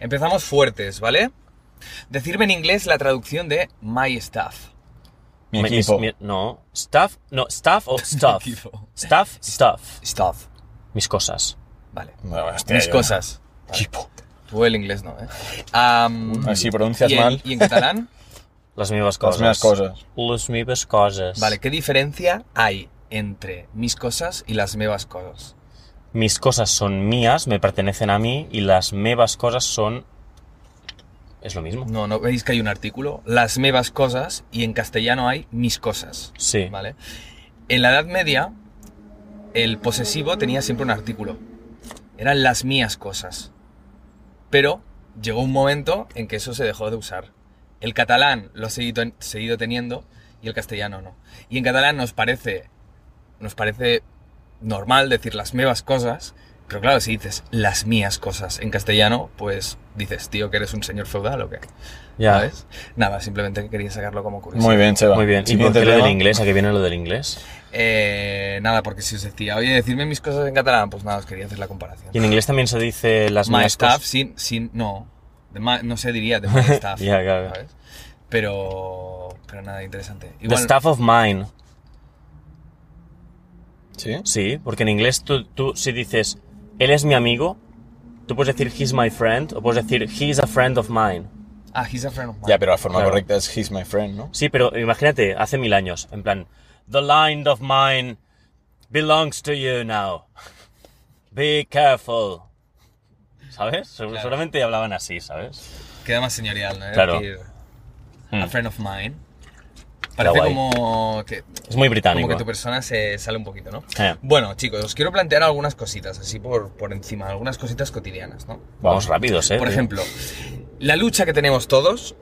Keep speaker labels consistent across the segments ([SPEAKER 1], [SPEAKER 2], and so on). [SPEAKER 1] Empezamos fuertes, ¿vale? Decirme en inglés la traducción de my stuff.
[SPEAKER 2] Mi
[SPEAKER 3] Me-
[SPEAKER 2] equipo.
[SPEAKER 3] mis- mi- no, staff, no, staff o stuff.
[SPEAKER 1] equipo.
[SPEAKER 3] staff, stuff.
[SPEAKER 1] Stuff.
[SPEAKER 3] Mis cosas.
[SPEAKER 1] Vale.
[SPEAKER 2] No, hostia,
[SPEAKER 1] Mis
[SPEAKER 2] yo-
[SPEAKER 1] cosas.
[SPEAKER 2] Equipo.
[SPEAKER 1] Tú el inglés no, ¿eh? Am,
[SPEAKER 2] Así pronuncias
[SPEAKER 1] y en-
[SPEAKER 2] mal.
[SPEAKER 1] ¿Y en catalán?
[SPEAKER 3] Las mismas
[SPEAKER 2] Las
[SPEAKER 3] cosas.
[SPEAKER 2] mismas cosas.
[SPEAKER 3] Las mismas cosas.
[SPEAKER 1] Vale, ¿qué diferencia hay entre mis cosas y las mevas cosas?
[SPEAKER 3] Mis cosas son mías, me pertenecen a mí y las mevas cosas son... Es lo mismo.
[SPEAKER 1] No, ¿no veis que hay un artículo? Las mevas cosas y en castellano hay mis cosas.
[SPEAKER 3] Sí.
[SPEAKER 1] ¿Vale? En la Edad Media, el posesivo tenía siempre un artículo. Eran las mías cosas. Pero llegó un momento en que eso se dejó de usar. El catalán lo ha seguido, seguido teniendo y el castellano no. Y en catalán nos parece, nos parece normal decir las mevas cosas, pero claro, si dices las mías cosas en castellano, pues dices, tío, que eres un señor feudal o qué.
[SPEAKER 3] Ya.
[SPEAKER 1] ¿Sabes? Nada, simplemente quería sacarlo como curiosidad.
[SPEAKER 2] Muy bien, Seba.
[SPEAKER 3] Muy bien. ¿Y por
[SPEAKER 2] Siguiente
[SPEAKER 3] qué lo del
[SPEAKER 2] tema.
[SPEAKER 3] inglés? ¿A qué viene lo del inglés?
[SPEAKER 1] Eh, nada, porque si os decía, oye, decirme mis cosas en catalán, pues nada, os quería hacer la comparación.
[SPEAKER 3] Y en inglés también se dice las
[SPEAKER 1] My
[SPEAKER 3] mismas
[SPEAKER 1] staff,
[SPEAKER 3] cosas.
[SPEAKER 1] sin, sin, no, de ma- no se diría de my staff,
[SPEAKER 3] Ya, claro.
[SPEAKER 1] ¿sabes? Pero, pero nada, interesante.
[SPEAKER 3] The staff of mine.
[SPEAKER 2] Sí.
[SPEAKER 3] Sí, porque en inglés tú, tú si dices él es mi amigo, tú puedes decir he's my friend o puedes decir he is a friend of mine.
[SPEAKER 1] Ah, he's a friend of mine.
[SPEAKER 2] Ya, pero la forma
[SPEAKER 3] Claro.
[SPEAKER 2] correcta es he's my friend, ¿no?
[SPEAKER 3] Sí, pero imagínate, hace mil años, en plan, the line of mine belongs to you now. Be careful. ¿Sabes? Segu-
[SPEAKER 1] Claro.
[SPEAKER 3] Seguramente hablaban así, ¿sabes?
[SPEAKER 1] Queda más señorial, ¿no?
[SPEAKER 3] Claro.
[SPEAKER 1] Decir, a
[SPEAKER 3] Mm.
[SPEAKER 1] friend of mine. Parece
[SPEAKER 3] guay.
[SPEAKER 1] como que,
[SPEAKER 3] Es muy
[SPEAKER 1] como
[SPEAKER 3] británico.
[SPEAKER 1] que tu persona se sale un poquito, ¿no?
[SPEAKER 3] Eh,
[SPEAKER 1] Bueno, chicos, os quiero plantear algunas cositas, así por, por encima, algunas cositas cotidianas, ¿no?
[SPEAKER 3] vamos rápidos, ¿eh?
[SPEAKER 1] Por ejemplo, la lucha que tenemos todos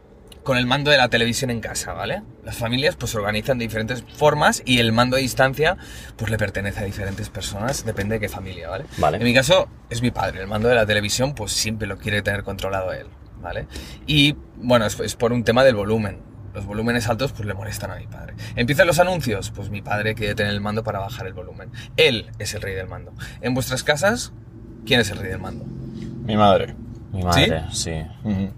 [SPEAKER 1] con el mando de la televisión en casa, ¿vale? Las familias pues se organizan de diferentes formas y el mando a distancia pues le pertenece a diferentes personas, depende de qué familia, ¿vale?
[SPEAKER 3] Vale.
[SPEAKER 1] En mi caso es mi padre, el mando de la televisión pues siempre lo quiere tener controlado él, ¿vale? Y bueno, es, es por un tema del volumen. Los volúmenes altos pues le molestan a mi padre. ¿Empiezan los anuncios? Pues mi padre quiere tener el mando para bajar el volumen. Él es el rey del mando. En vuestras casas, ¿quién es el rey del mando?
[SPEAKER 2] Mi madre.
[SPEAKER 3] Mi madre, sí.
[SPEAKER 2] Ujú.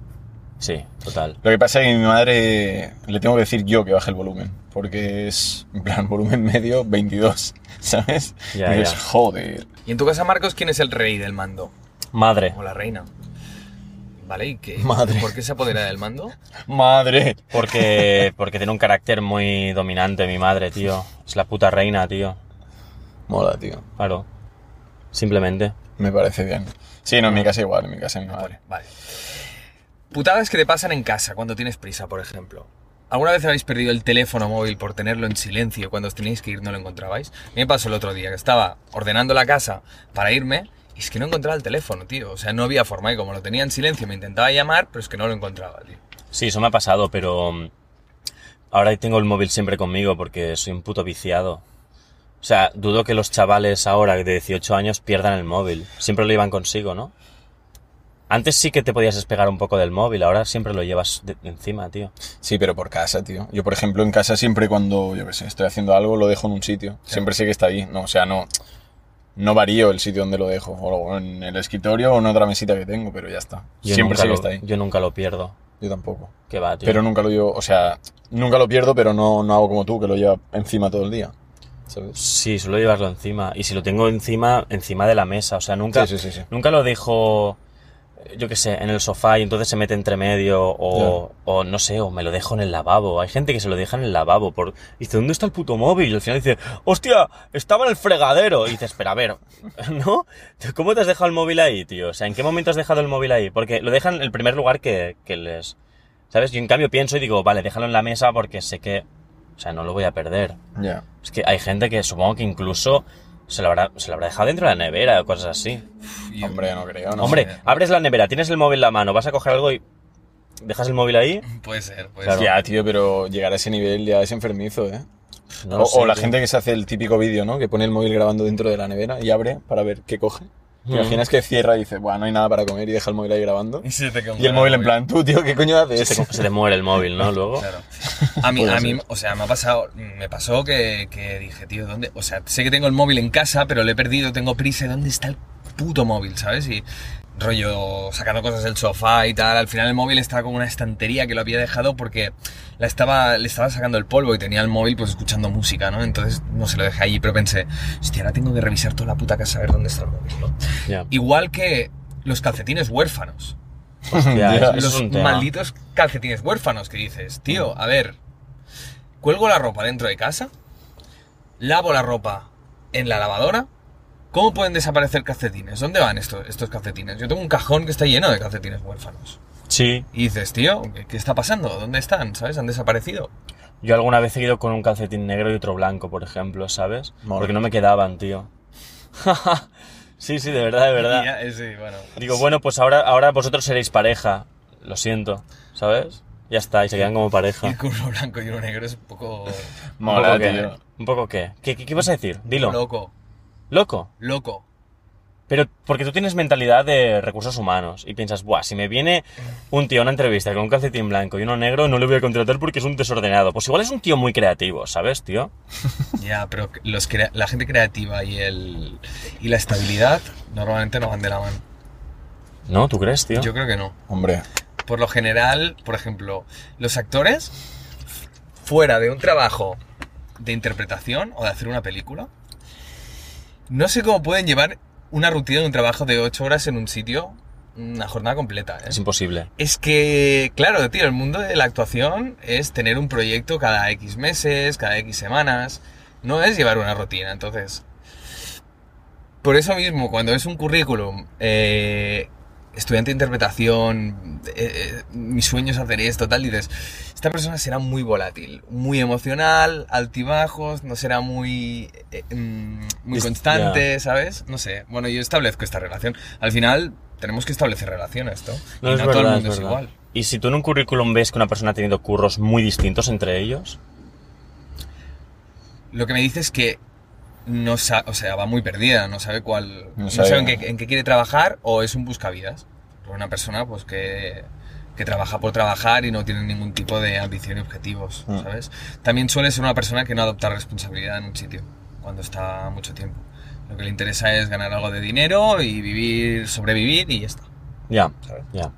[SPEAKER 3] Sí, total.
[SPEAKER 2] Lo que pasa es que mi madre le tengo que decir yo que baje el volumen, porque es, en plan, volumen medio 22, ¿sabes?
[SPEAKER 3] Ya,
[SPEAKER 2] y dices,
[SPEAKER 3] ya.
[SPEAKER 2] joder.
[SPEAKER 1] ¿Y en tu casa, Marcos, quién es el rey del mando?
[SPEAKER 3] Madre.
[SPEAKER 1] O la reina. ¿Vale? ¿Y qué?
[SPEAKER 2] Madre.
[SPEAKER 1] ¿Por qué se apodera del mando?
[SPEAKER 2] Madre.
[SPEAKER 3] Porque, porque tiene un carácter muy dominante mi madre, tío. Es la puta reina, tío.
[SPEAKER 2] Mola, tío.
[SPEAKER 3] Claro. Simplemente.
[SPEAKER 2] Me parece bien. Sí, no, en mi casa igual, en mi casa mi madre.
[SPEAKER 1] Vale, vale. Putadas que te pasan en casa cuando tienes prisa, por ejemplo. ¿Alguna vez habéis perdido el teléfono móvil por tenerlo en silencio cuando os teníais que ir no lo encontrabais? A mí me pasó el otro día que estaba ordenando la casa para irme y es que no encontraba el teléfono, tío. O sea, no había forma y como lo tenía en silencio me intentaba llamar, pero es que no lo encontraba, tío.
[SPEAKER 3] Sí, eso me ha pasado, pero mm, ahora tengo el móvil siempre conmigo porque soy un puto viciado. O sea, dudo que los chavales ahora de 18 años pierdan el móvil. Siempre lo llevan consigo, ¿no? Antes sí que te podías despegar un poco del móvil, ahora siempre lo llevas de- encima, tío.
[SPEAKER 2] Sí, pero por casa, tío. Yo, por ejemplo, en casa siempre cuando, yo qué sé, estoy haciendo algo, lo dejo en un sitio. Siempre sé que está ahí. No, o sea, no, no varío el sitio donde lo dejo. O en el escritorio o en otra mesita que tengo, pero ya está.
[SPEAKER 3] Yo
[SPEAKER 2] siempre
[SPEAKER 3] nunca
[SPEAKER 2] sé que
[SPEAKER 3] lo,
[SPEAKER 2] está ahí.
[SPEAKER 3] Yo nunca lo pierdo.
[SPEAKER 2] Yo tampoco.
[SPEAKER 3] Que va, tío.
[SPEAKER 2] Pero nunca lo llevo, o sea, nunca lo pierdo, pero no, no hago como tú, que lo lleva encima todo el día. ¿Sabes?
[SPEAKER 3] Sí, suelo llevarlo encima. Y si lo tengo encima, encima de la mesa. O sea, nunca,
[SPEAKER 2] Sí, sí, sí, sí.
[SPEAKER 3] nunca lo dejo, yo qué sé, en el sofá y entonces se mete entre medio. O, o no sé, o me lo dejo en el lavabo. Hay gente que se lo deja en el lavabo. Por... Dice, ¿dónde está el puto móvil? Y al final dice, ¡hostia! Estaba en el fregadero. Y dices, espera, a ver, ¿no? ¿Cómo te has dejado el móvil ahí, tío? O sea, ¿en qué momento has dejado el móvil ahí? Porque lo dejan en el primer lugar que, que les. ¿Sabes? Yo en cambio pienso y digo, vale, déjalo en la mesa porque sé que. O sea, no lo voy a perder.
[SPEAKER 2] Ya.
[SPEAKER 3] Es que hay gente que supongo que incluso se lo habrá, se lo habrá dejado dentro de la nevera o cosas así.
[SPEAKER 1] Y-
[SPEAKER 2] Hombre, no creo, Ah, no.
[SPEAKER 3] Hombre,
[SPEAKER 1] sé.
[SPEAKER 3] abres la nevera, tienes el móvil en la mano, vas a coger algo y dejas el móvil ahí.
[SPEAKER 1] Puede ser, puede
[SPEAKER 3] Claro.
[SPEAKER 1] ser.
[SPEAKER 2] Ya, tío, pero llegar a ese nivel ya es enfermizo, ¿eh?
[SPEAKER 3] No
[SPEAKER 2] o,
[SPEAKER 3] lo sé,
[SPEAKER 2] o la
[SPEAKER 3] tío.
[SPEAKER 2] gente que se hace el típico vídeo, ¿no? Que pone el móvil grabando dentro de la nevera y abre para ver qué coge. ¿Te
[SPEAKER 3] Mm.
[SPEAKER 2] imaginas que cierra y dice, bueno, no hay nada para comer y deja el móvil ahí grabando?
[SPEAKER 1] Y, se te queda un
[SPEAKER 2] Y el
[SPEAKER 1] poco
[SPEAKER 2] móvil en plan, tú, tío, ¿qué coño haces?
[SPEAKER 3] Se te, se te muere el móvil, ¿no? Luego.
[SPEAKER 1] Claro. A mí,
[SPEAKER 2] Puede
[SPEAKER 1] a
[SPEAKER 2] ser.
[SPEAKER 1] mí, o sea, me ha pasado, me pasó que, que dije, tío, ¿dónde? O sea, sé que tengo el móvil en casa, pero lo he perdido, tengo prisa, ¿dónde está el puto móvil, sabes? Y rollo sacando cosas del sofá y tal. Al final el móvil estaba como una estantería que lo había dejado porque la estaba, le estaba sacando el polvo y tenía el móvil pues escuchando música, ¿no? Entonces no se lo dejé allí, pero pensé, hostia, ahora tengo que revisar toda la puta casa a ver dónde está el móvil, ¿no?
[SPEAKER 3] Ya.
[SPEAKER 1] Igual que los calcetines huérfanos.
[SPEAKER 3] Ya,
[SPEAKER 2] Ya,
[SPEAKER 3] Ah, eso es
[SPEAKER 1] los
[SPEAKER 3] un tema.
[SPEAKER 1] malditos calcetines huérfanos que dices, tío, a ver, cuelgo la ropa dentro de casa, lavo la ropa en la lavadora, ¿cómo pueden desaparecer calcetines? ¿Dónde van estos, estos calcetines? Yo tengo un cajón que está lleno de calcetines huérfanos.
[SPEAKER 3] Sí,
[SPEAKER 1] Y dices, tío, ¿qué, qué está pasando? ¿Dónde están? ¿Sabes? ¿Han desaparecido?
[SPEAKER 3] Yo alguna vez he ido con un calcetín negro y otro blanco, por ejemplo, ¿sabes?
[SPEAKER 2] Mola.
[SPEAKER 3] Porque no me quedaban, tío. sí, sí, de verdad, de
[SPEAKER 1] Y
[SPEAKER 3] verdad.
[SPEAKER 1] ya, eh, sí, bueno.
[SPEAKER 3] Digo, bueno, pues ahora, ahora vosotros seréis pareja. Lo siento, ¿sabes? Ya está, y se quedan como
[SPEAKER 1] Y el
[SPEAKER 3] pareja.
[SPEAKER 1] curro blanco y uno negro es un poco
[SPEAKER 2] Mola,
[SPEAKER 3] ¿Un poco
[SPEAKER 2] tío.
[SPEAKER 3] qué? ¿Un poco qué? ¿Qué, qué, qué ibas a decir? Dilo.
[SPEAKER 1] loco,
[SPEAKER 3] Loco.
[SPEAKER 1] loco.
[SPEAKER 3] Pero porque tú tienes mentalidad de recursos humanos y piensas, buah, si me viene un tío a una entrevista con un calcetín blanco y uno negro, no le voy a contratar porque es un desordenado. Pues igual es un tío muy creativo, ¿sabes, tío?
[SPEAKER 1] Ya, pero los crea- la gente creativa y, el, y la estabilidad normalmente no van de la mano.
[SPEAKER 3] No, ¿tú crees, tío?
[SPEAKER 1] Yo creo que no.
[SPEAKER 2] Hombre,
[SPEAKER 1] Por lo general, por ejemplo, los actores, fuera de un trabajo de interpretación o de hacer una película, no sé cómo pueden llevar una rutina de un trabajo de 8 horas en un sitio, una jornada completa. ¿eh?
[SPEAKER 3] Es imposible.
[SPEAKER 1] Es que, claro, tío, el mundo de la actuación es tener un proyecto cada X meses, cada X semanas. No es llevar una rutina, entonces. Por eso mismo, cuando es un currículum, eh, estudiante de interpretación, eh, eh, mi sueño es hacer esto, tal, dices, esta persona será muy volátil, muy emocional, altibajos, no será muy, eh, mm, muy
[SPEAKER 3] Dist-
[SPEAKER 1] constante, ¿sabes? No sé. Bueno, yo establezco esta relación. Al final, tenemos que establecer relaciones, ¿no?
[SPEAKER 3] No,
[SPEAKER 1] y
[SPEAKER 3] es
[SPEAKER 1] no todo
[SPEAKER 3] verdad,
[SPEAKER 1] el mundo
[SPEAKER 3] es
[SPEAKER 1] es
[SPEAKER 3] verdad.
[SPEAKER 1] igual.
[SPEAKER 3] Y si tú en un currículum ves que una persona ha tenido curros muy distintos entre ellos,
[SPEAKER 1] Lo que me dice es que no sa- o sea, va muy perdida, no sabe cuál,
[SPEAKER 2] No
[SPEAKER 1] no
[SPEAKER 2] sabe.
[SPEAKER 1] sabe en qué, en qué quiere trabajar o es un buscavidas. Pero Una persona pues que, que trabaja por trabajar y no tiene ningún tipo de ambición y objetivos,
[SPEAKER 2] Mm.
[SPEAKER 1] ¿sabes? También suele ser una persona que no adopta responsabilidad en un sitio cuando está mucho tiempo. Lo que le interesa es ganar algo de dinero y vivir, sobrevivir y ya está.
[SPEAKER 3] ya,
[SPEAKER 1] ¿Sabes?
[SPEAKER 3] ya.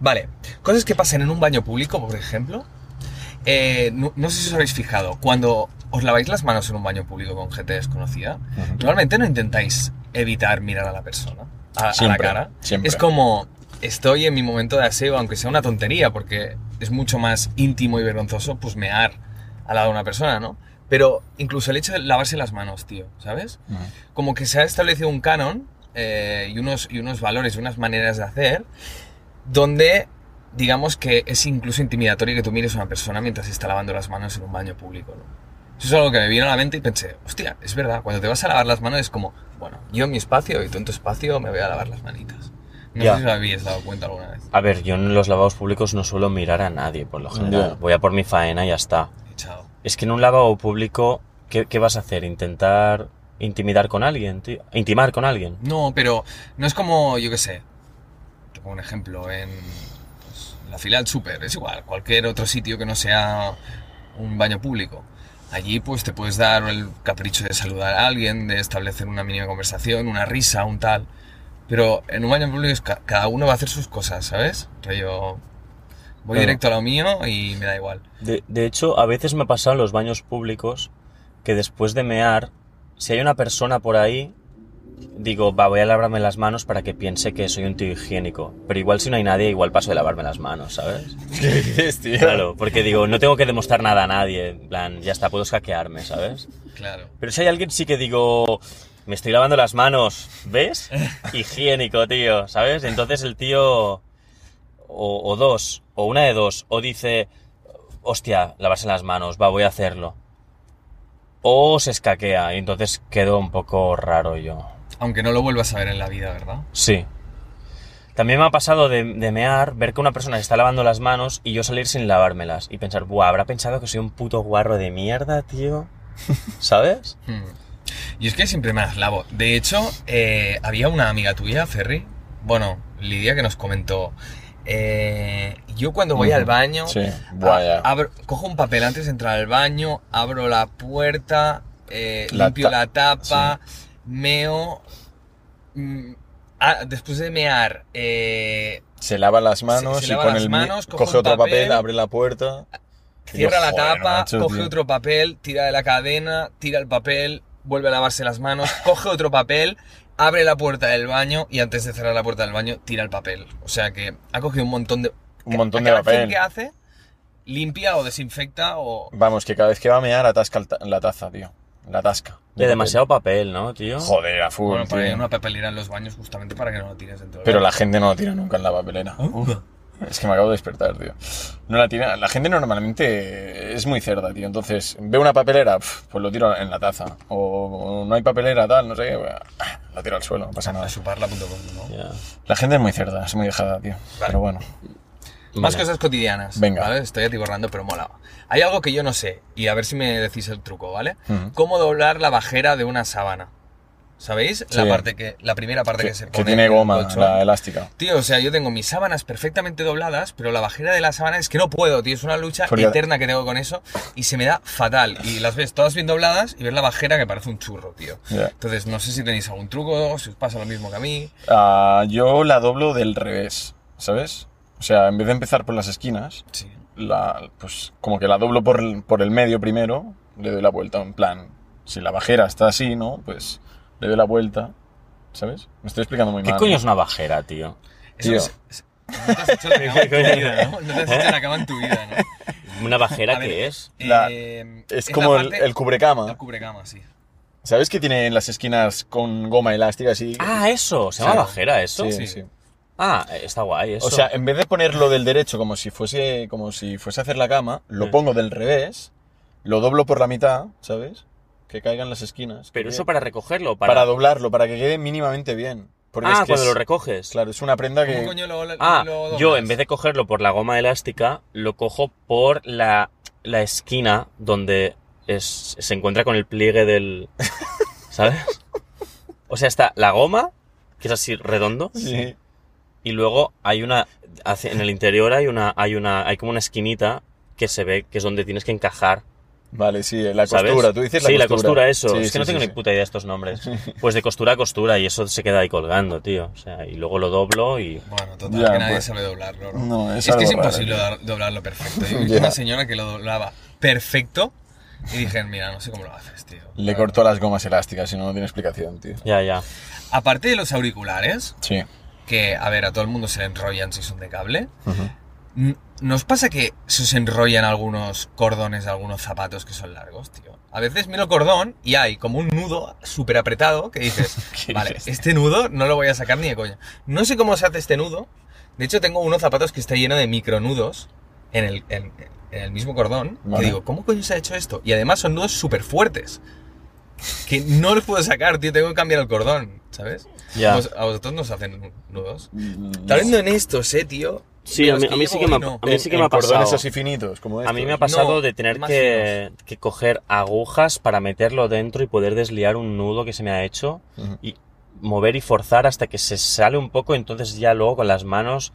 [SPEAKER 1] Vale, cosas que pasan en un baño público, por ejemplo. Eh, no, no sé si os habéis fijado, cuando os laváis las manos en un baño público con gente desconocida, normalmente no intentáis evitar mirar a la persona, a, a la
[SPEAKER 2] Siempre,
[SPEAKER 1] cara.
[SPEAKER 2] siempre.
[SPEAKER 1] Es como, estoy en mi momento de aseo, aunque sea una tontería, porque es mucho más íntimo y vergonzoso, pues mear al lado de una persona, ¿no? Pero incluso el hecho de lavarse las manos, tío, ¿sabes?
[SPEAKER 2] Ujú.
[SPEAKER 1] como que se ha establecido un canon eh, y, unos, y unos valores y unas maneras de hacer donde digamos que es incluso intimidatorio que tú mires a una persona mientras está lavando las manos en un baño público. ¿no? Eso es algo que me vino a la mente y pensé, hostia, es verdad, cuando te vas a lavar las manos es como, bueno, yo en mi espacio y tú en tu espacio me voy a lavar las manitas. No
[SPEAKER 3] Ya.
[SPEAKER 1] sé si os habéis dado cuenta alguna vez.
[SPEAKER 3] A ver, yo en los lavados públicos no suelo mirar a nadie, por lo general.
[SPEAKER 2] Ya.
[SPEAKER 3] Voy a por mi faena y ya está.
[SPEAKER 1] Chao.
[SPEAKER 3] Es que en un lavado público, ¿qué, qué vas a hacer? ¿Intentar intimidar con alguien, tío? ¿Intimar con alguien?
[SPEAKER 1] No, pero no es como, yo qué sé, te pongo un ejemplo, en pues, la fila del súper, es igual, cualquier otro sitio que no sea un baño público. Allí pues te puedes dar el capricho de saludar a alguien, de establecer una mínima conversación, una risa, un tal. Pero en un baño público es ca- cada uno va a hacer sus cosas, ¿sabes? Yo voy
[SPEAKER 3] Claro.
[SPEAKER 1] directo a lo mío y me da igual.
[SPEAKER 3] De, de hecho, a veces me ha pasado en los baños públicos que después de mear, si hay una persona por ahí, digo, va, voy a lavarme las manos para que piense que soy un tío higiénico. Pero igual si no hay nadie, igual paso de lavarme las manos, ¿sabes?
[SPEAKER 2] ¿Qué dices, tío?
[SPEAKER 3] Claro, porque digo, no tengo que demostrar nada a nadie. En plan, ya está, puedo escaquearme, ¿sabes?
[SPEAKER 1] Claro.
[SPEAKER 3] Pero si hay alguien sí que digo, me estoy lavando las manos, ¿ves? Higiénico, tío, ¿sabes? Entonces el tío, o, o dos, o una de dos, o dice, hostia, lavarse las manos, va, voy a hacerlo. O se escaquea, y entonces quedo un poco raro yo.
[SPEAKER 1] Aunque no lo vuelvas a ver en la vida, ¿verdad?
[SPEAKER 3] Sí. También me ha pasado de, de mear, ver que una persona se está lavando las manos y yo salir sin lavármelas y pensar, buah, habrá pensado que soy un puto guarro de mierda, tío. ¿Sabes?
[SPEAKER 1] Hmm. Y es que siempre me las lavo. De hecho, eh, había una amiga tuya, Ferry, bueno, Lidia, que nos comentó, eh, yo cuando voy
[SPEAKER 2] Ujú.
[SPEAKER 1] al baño,
[SPEAKER 2] Sí, buah,
[SPEAKER 1] a-
[SPEAKER 2] ya.
[SPEAKER 1] abro- cojo un papel antes de entrar al baño, abro la puerta, eh,
[SPEAKER 2] La
[SPEAKER 1] limpio
[SPEAKER 2] ta-
[SPEAKER 1] la tapa, meo, mm, ah, después de mear, eh,
[SPEAKER 2] Se lava las manos
[SPEAKER 1] se
[SPEAKER 2] y
[SPEAKER 1] lava
[SPEAKER 2] con
[SPEAKER 1] las
[SPEAKER 2] el mi-
[SPEAKER 1] manos,
[SPEAKER 2] coge,
[SPEAKER 1] coge un
[SPEAKER 2] otro papel,
[SPEAKER 1] papel,
[SPEAKER 2] abre la puerta. Y yo,
[SPEAKER 1] cierra la
[SPEAKER 2] "Joder,
[SPEAKER 1] tapa,
[SPEAKER 2] macho,
[SPEAKER 1] coge
[SPEAKER 2] tío".
[SPEAKER 1] otro papel, tira de la cadena, tira el papel, vuelve a lavarse las manos, coge otro papel, abre la puerta del baño y antes de cerrar la puerta del baño tira el papel. O sea que ha cogido un montón de...
[SPEAKER 2] Un montón de
[SPEAKER 1] cada acción
[SPEAKER 2] papel.
[SPEAKER 1] que hace, limpia o desinfecta o...
[SPEAKER 2] Vamos, que cada vez que va a mear atasca el ta- la taza, tío. La tasca.
[SPEAKER 3] De demasiado papel, ¿no, tío?
[SPEAKER 2] Joder, a full,
[SPEAKER 1] Bueno, pues, para
[SPEAKER 2] tío.
[SPEAKER 1] ir a una papelera en los baños justamente para que no lo tires dentro. del
[SPEAKER 2] Pero
[SPEAKER 1] baño.
[SPEAKER 2] la gente no la tira nunca en la papelera. Uf, es que me acabo de despertar, tío. No la tira. La gente normalmente es muy cerda, tío. Entonces, ve una papelera, pf, pues lo tiro en la taza. O no hay papelera, tal, no sé qué. bueno, ah, Lo tiro al suelo, no pasa nada.
[SPEAKER 1] A chuparla.com, ¿no?
[SPEAKER 3] Ya.
[SPEAKER 2] La gente es muy cerda, es muy dejada, tío. Pero bueno.
[SPEAKER 1] Más
[SPEAKER 3] Vale.
[SPEAKER 1] cosas cotidianas.
[SPEAKER 2] Venga.
[SPEAKER 1] ¿vale? Estoy atiborrando, pero mola. Hay algo que yo no sé, y a ver si me decís el truco, ¿vale?
[SPEAKER 2] Ujú.
[SPEAKER 1] Cómo doblar la bajera de una sábana. ¿Sabéis? La
[SPEAKER 2] Sí.
[SPEAKER 1] parte que. La primera parte que,
[SPEAKER 2] Que,
[SPEAKER 1] se
[SPEAKER 2] que
[SPEAKER 1] pone.
[SPEAKER 2] tiene
[SPEAKER 1] en el
[SPEAKER 2] goma,
[SPEAKER 1] colchón.
[SPEAKER 2] la elástica.
[SPEAKER 1] Tío, o sea, yo tengo mis sábanas perfectamente dobladas, pero la bajera de la sábana es que no puedo, tío. Es una lucha
[SPEAKER 2] Porque-
[SPEAKER 1] eterna que tengo con eso y se me da fatal. Y las ves todas bien dobladas y ves la bajera que parece un churro, tío.
[SPEAKER 2] Ya.
[SPEAKER 1] Entonces, no sé si tenéis algún truco, si os pasa lo mismo que a mí.
[SPEAKER 2] Ah, yo la doblo del revés, ¿sabes? O sea, en vez de empezar por las esquinas,
[SPEAKER 1] Sí.
[SPEAKER 2] la, pues como que la doblo por, el- por el medio primero, le doy la vuelta, en plan, si la bajera está así, ¿no? Pues le doy la vuelta, ¿sabes? Me estoy explicando muy
[SPEAKER 3] ¿Qué
[SPEAKER 2] mal.
[SPEAKER 3] coño es una bajera, tío?
[SPEAKER 1] Eso
[SPEAKER 2] Tío.
[SPEAKER 1] es- es- no te has hecho la cama en tu vida, ¿no? No te has hecho la cama en tu vida, ¿no?
[SPEAKER 3] ¿Una
[SPEAKER 1] A
[SPEAKER 3] bajera
[SPEAKER 1] ver,
[SPEAKER 3] qué es?
[SPEAKER 2] La-
[SPEAKER 1] eh,
[SPEAKER 2] Es
[SPEAKER 1] la
[SPEAKER 2] como el,
[SPEAKER 1] parte-
[SPEAKER 2] el cubrecama.
[SPEAKER 1] el cubrecama, sí.
[SPEAKER 2] ¿Sabes que tiene las esquinas con goma elástica así?
[SPEAKER 3] Ah, eso. ¿Se llama
[SPEAKER 2] Sí.
[SPEAKER 3] bajera eso?
[SPEAKER 2] sí,
[SPEAKER 1] sí.
[SPEAKER 2] sí.
[SPEAKER 3] Ah, eh, está guay eso.
[SPEAKER 2] O sea, en vez de ponerlo del derecho como si fuese, como si fuese a hacer la cama, lo
[SPEAKER 3] Sí.
[SPEAKER 2] pongo del revés, lo doblo por la mitad, ¿sabes? Que caigan las esquinas.
[SPEAKER 3] Pero
[SPEAKER 2] que
[SPEAKER 3] eso
[SPEAKER 2] quede-
[SPEAKER 3] para recogerlo. o
[SPEAKER 2] eh, para...
[SPEAKER 3] Para...
[SPEAKER 2] doblarlo, para que quede mínimamente bien. Porque
[SPEAKER 3] ah,
[SPEAKER 2] es que
[SPEAKER 3] cuando
[SPEAKER 2] es-
[SPEAKER 3] lo recoges.
[SPEAKER 2] Claro, es una prenda
[SPEAKER 1] ¿Cómo
[SPEAKER 2] que...
[SPEAKER 1] coño lo, lo
[SPEAKER 3] Ah,
[SPEAKER 1] doblas?
[SPEAKER 3] yo en vez de cogerlo por la goma elástica, lo cojo por la, la esquina donde es- se encuentra con el pliegue del... ¿Sabes? O sea, está la goma, que es así redondo,
[SPEAKER 2] Sí.
[SPEAKER 3] y luego hay una... hacia- En el interior hay una, hay una... Hay como una esquinita que se ve que es donde tienes que encajar.
[SPEAKER 2] Vale, sí, la
[SPEAKER 3] ¿sabes?
[SPEAKER 2] costura, tú dices la
[SPEAKER 3] sí,
[SPEAKER 2] costura.
[SPEAKER 3] la costura, eso.
[SPEAKER 2] Sí,
[SPEAKER 3] es que
[SPEAKER 2] sí,
[SPEAKER 3] no
[SPEAKER 2] sí,
[SPEAKER 3] tengo
[SPEAKER 2] sí.
[SPEAKER 3] ni puta idea de estos nombres. Pues de costura a costura y eso se queda ahí colgando, tío. O sea, y luego lo doblo y...
[SPEAKER 1] Bueno, total,
[SPEAKER 2] Ya,
[SPEAKER 1] que nadie
[SPEAKER 2] pues.
[SPEAKER 1] sabe doblarlo, ¿no?
[SPEAKER 2] No, es
[SPEAKER 1] es que
[SPEAKER 2] algo
[SPEAKER 1] es
[SPEAKER 2] raro, ¿eh?
[SPEAKER 1] imposible
[SPEAKER 2] tío.
[SPEAKER 1] dar- doblarlo perfecto. Yo
[SPEAKER 2] Ya.
[SPEAKER 1] vi una señora que lo doblaba perfecto y dije, mira, no sé cómo lo haces, tío.
[SPEAKER 2] Le cortó las gomas elásticas, si no, no tiene explicación, tío.
[SPEAKER 3] Ya, ya.
[SPEAKER 1] Aparte de los auriculares,
[SPEAKER 2] Sí.
[SPEAKER 1] que, a ver, a todo el mundo se le enrollan si son de cable, N- ¿Nos pasa que se os enrollan algunos cordones de algunos zapatos que son largos, tío? A veces miro el cordón y hay como un nudo súper apretado que dices,
[SPEAKER 2] ¿Qué
[SPEAKER 1] vale,
[SPEAKER 2] dices?
[SPEAKER 1] este nudo no lo voy a sacar ni de coña. No sé cómo se hace este nudo. De hecho, tengo unos zapatos que está lleno de micronudos en el, en- en el mismo cordón.
[SPEAKER 2] Vale.
[SPEAKER 1] Que digo, ¿cómo coño se ha hecho esto? Y además son nudos súper fuertes. Que no los puedo sacar, tío. Tengo que cambiar el cordón, ¿sabes?
[SPEAKER 3] Ya.
[SPEAKER 2] Pues,
[SPEAKER 1] Vos- A vosotros nos hacen nudos.
[SPEAKER 2] Mm,
[SPEAKER 1] Tal vez no en estos, eh, tío.
[SPEAKER 3] Sí,
[SPEAKER 1] Pero
[SPEAKER 3] a
[SPEAKER 1] es
[SPEAKER 3] mí- a mí
[SPEAKER 1] yo
[SPEAKER 3] sí que
[SPEAKER 1] voy,
[SPEAKER 3] me ha- a mí sí que me ha pasado.
[SPEAKER 2] cordones así finitos, como
[SPEAKER 3] A mí me ha
[SPEAKER 2] estos.
[SPEAKER 3] pasado
[SPEAKER 1] No,
[SPEAKER 3] de tener
[SPEAKER 1] más
[SPEAKER 3] que, que coger agujas para meterlo dentro y poder desliar un nudo que se me ha hecho
[SPEAKER 2] Ujú.
[SPEAKER 3] y mover y forzar hasta que se sale un poco, entonces ya luego con las manos...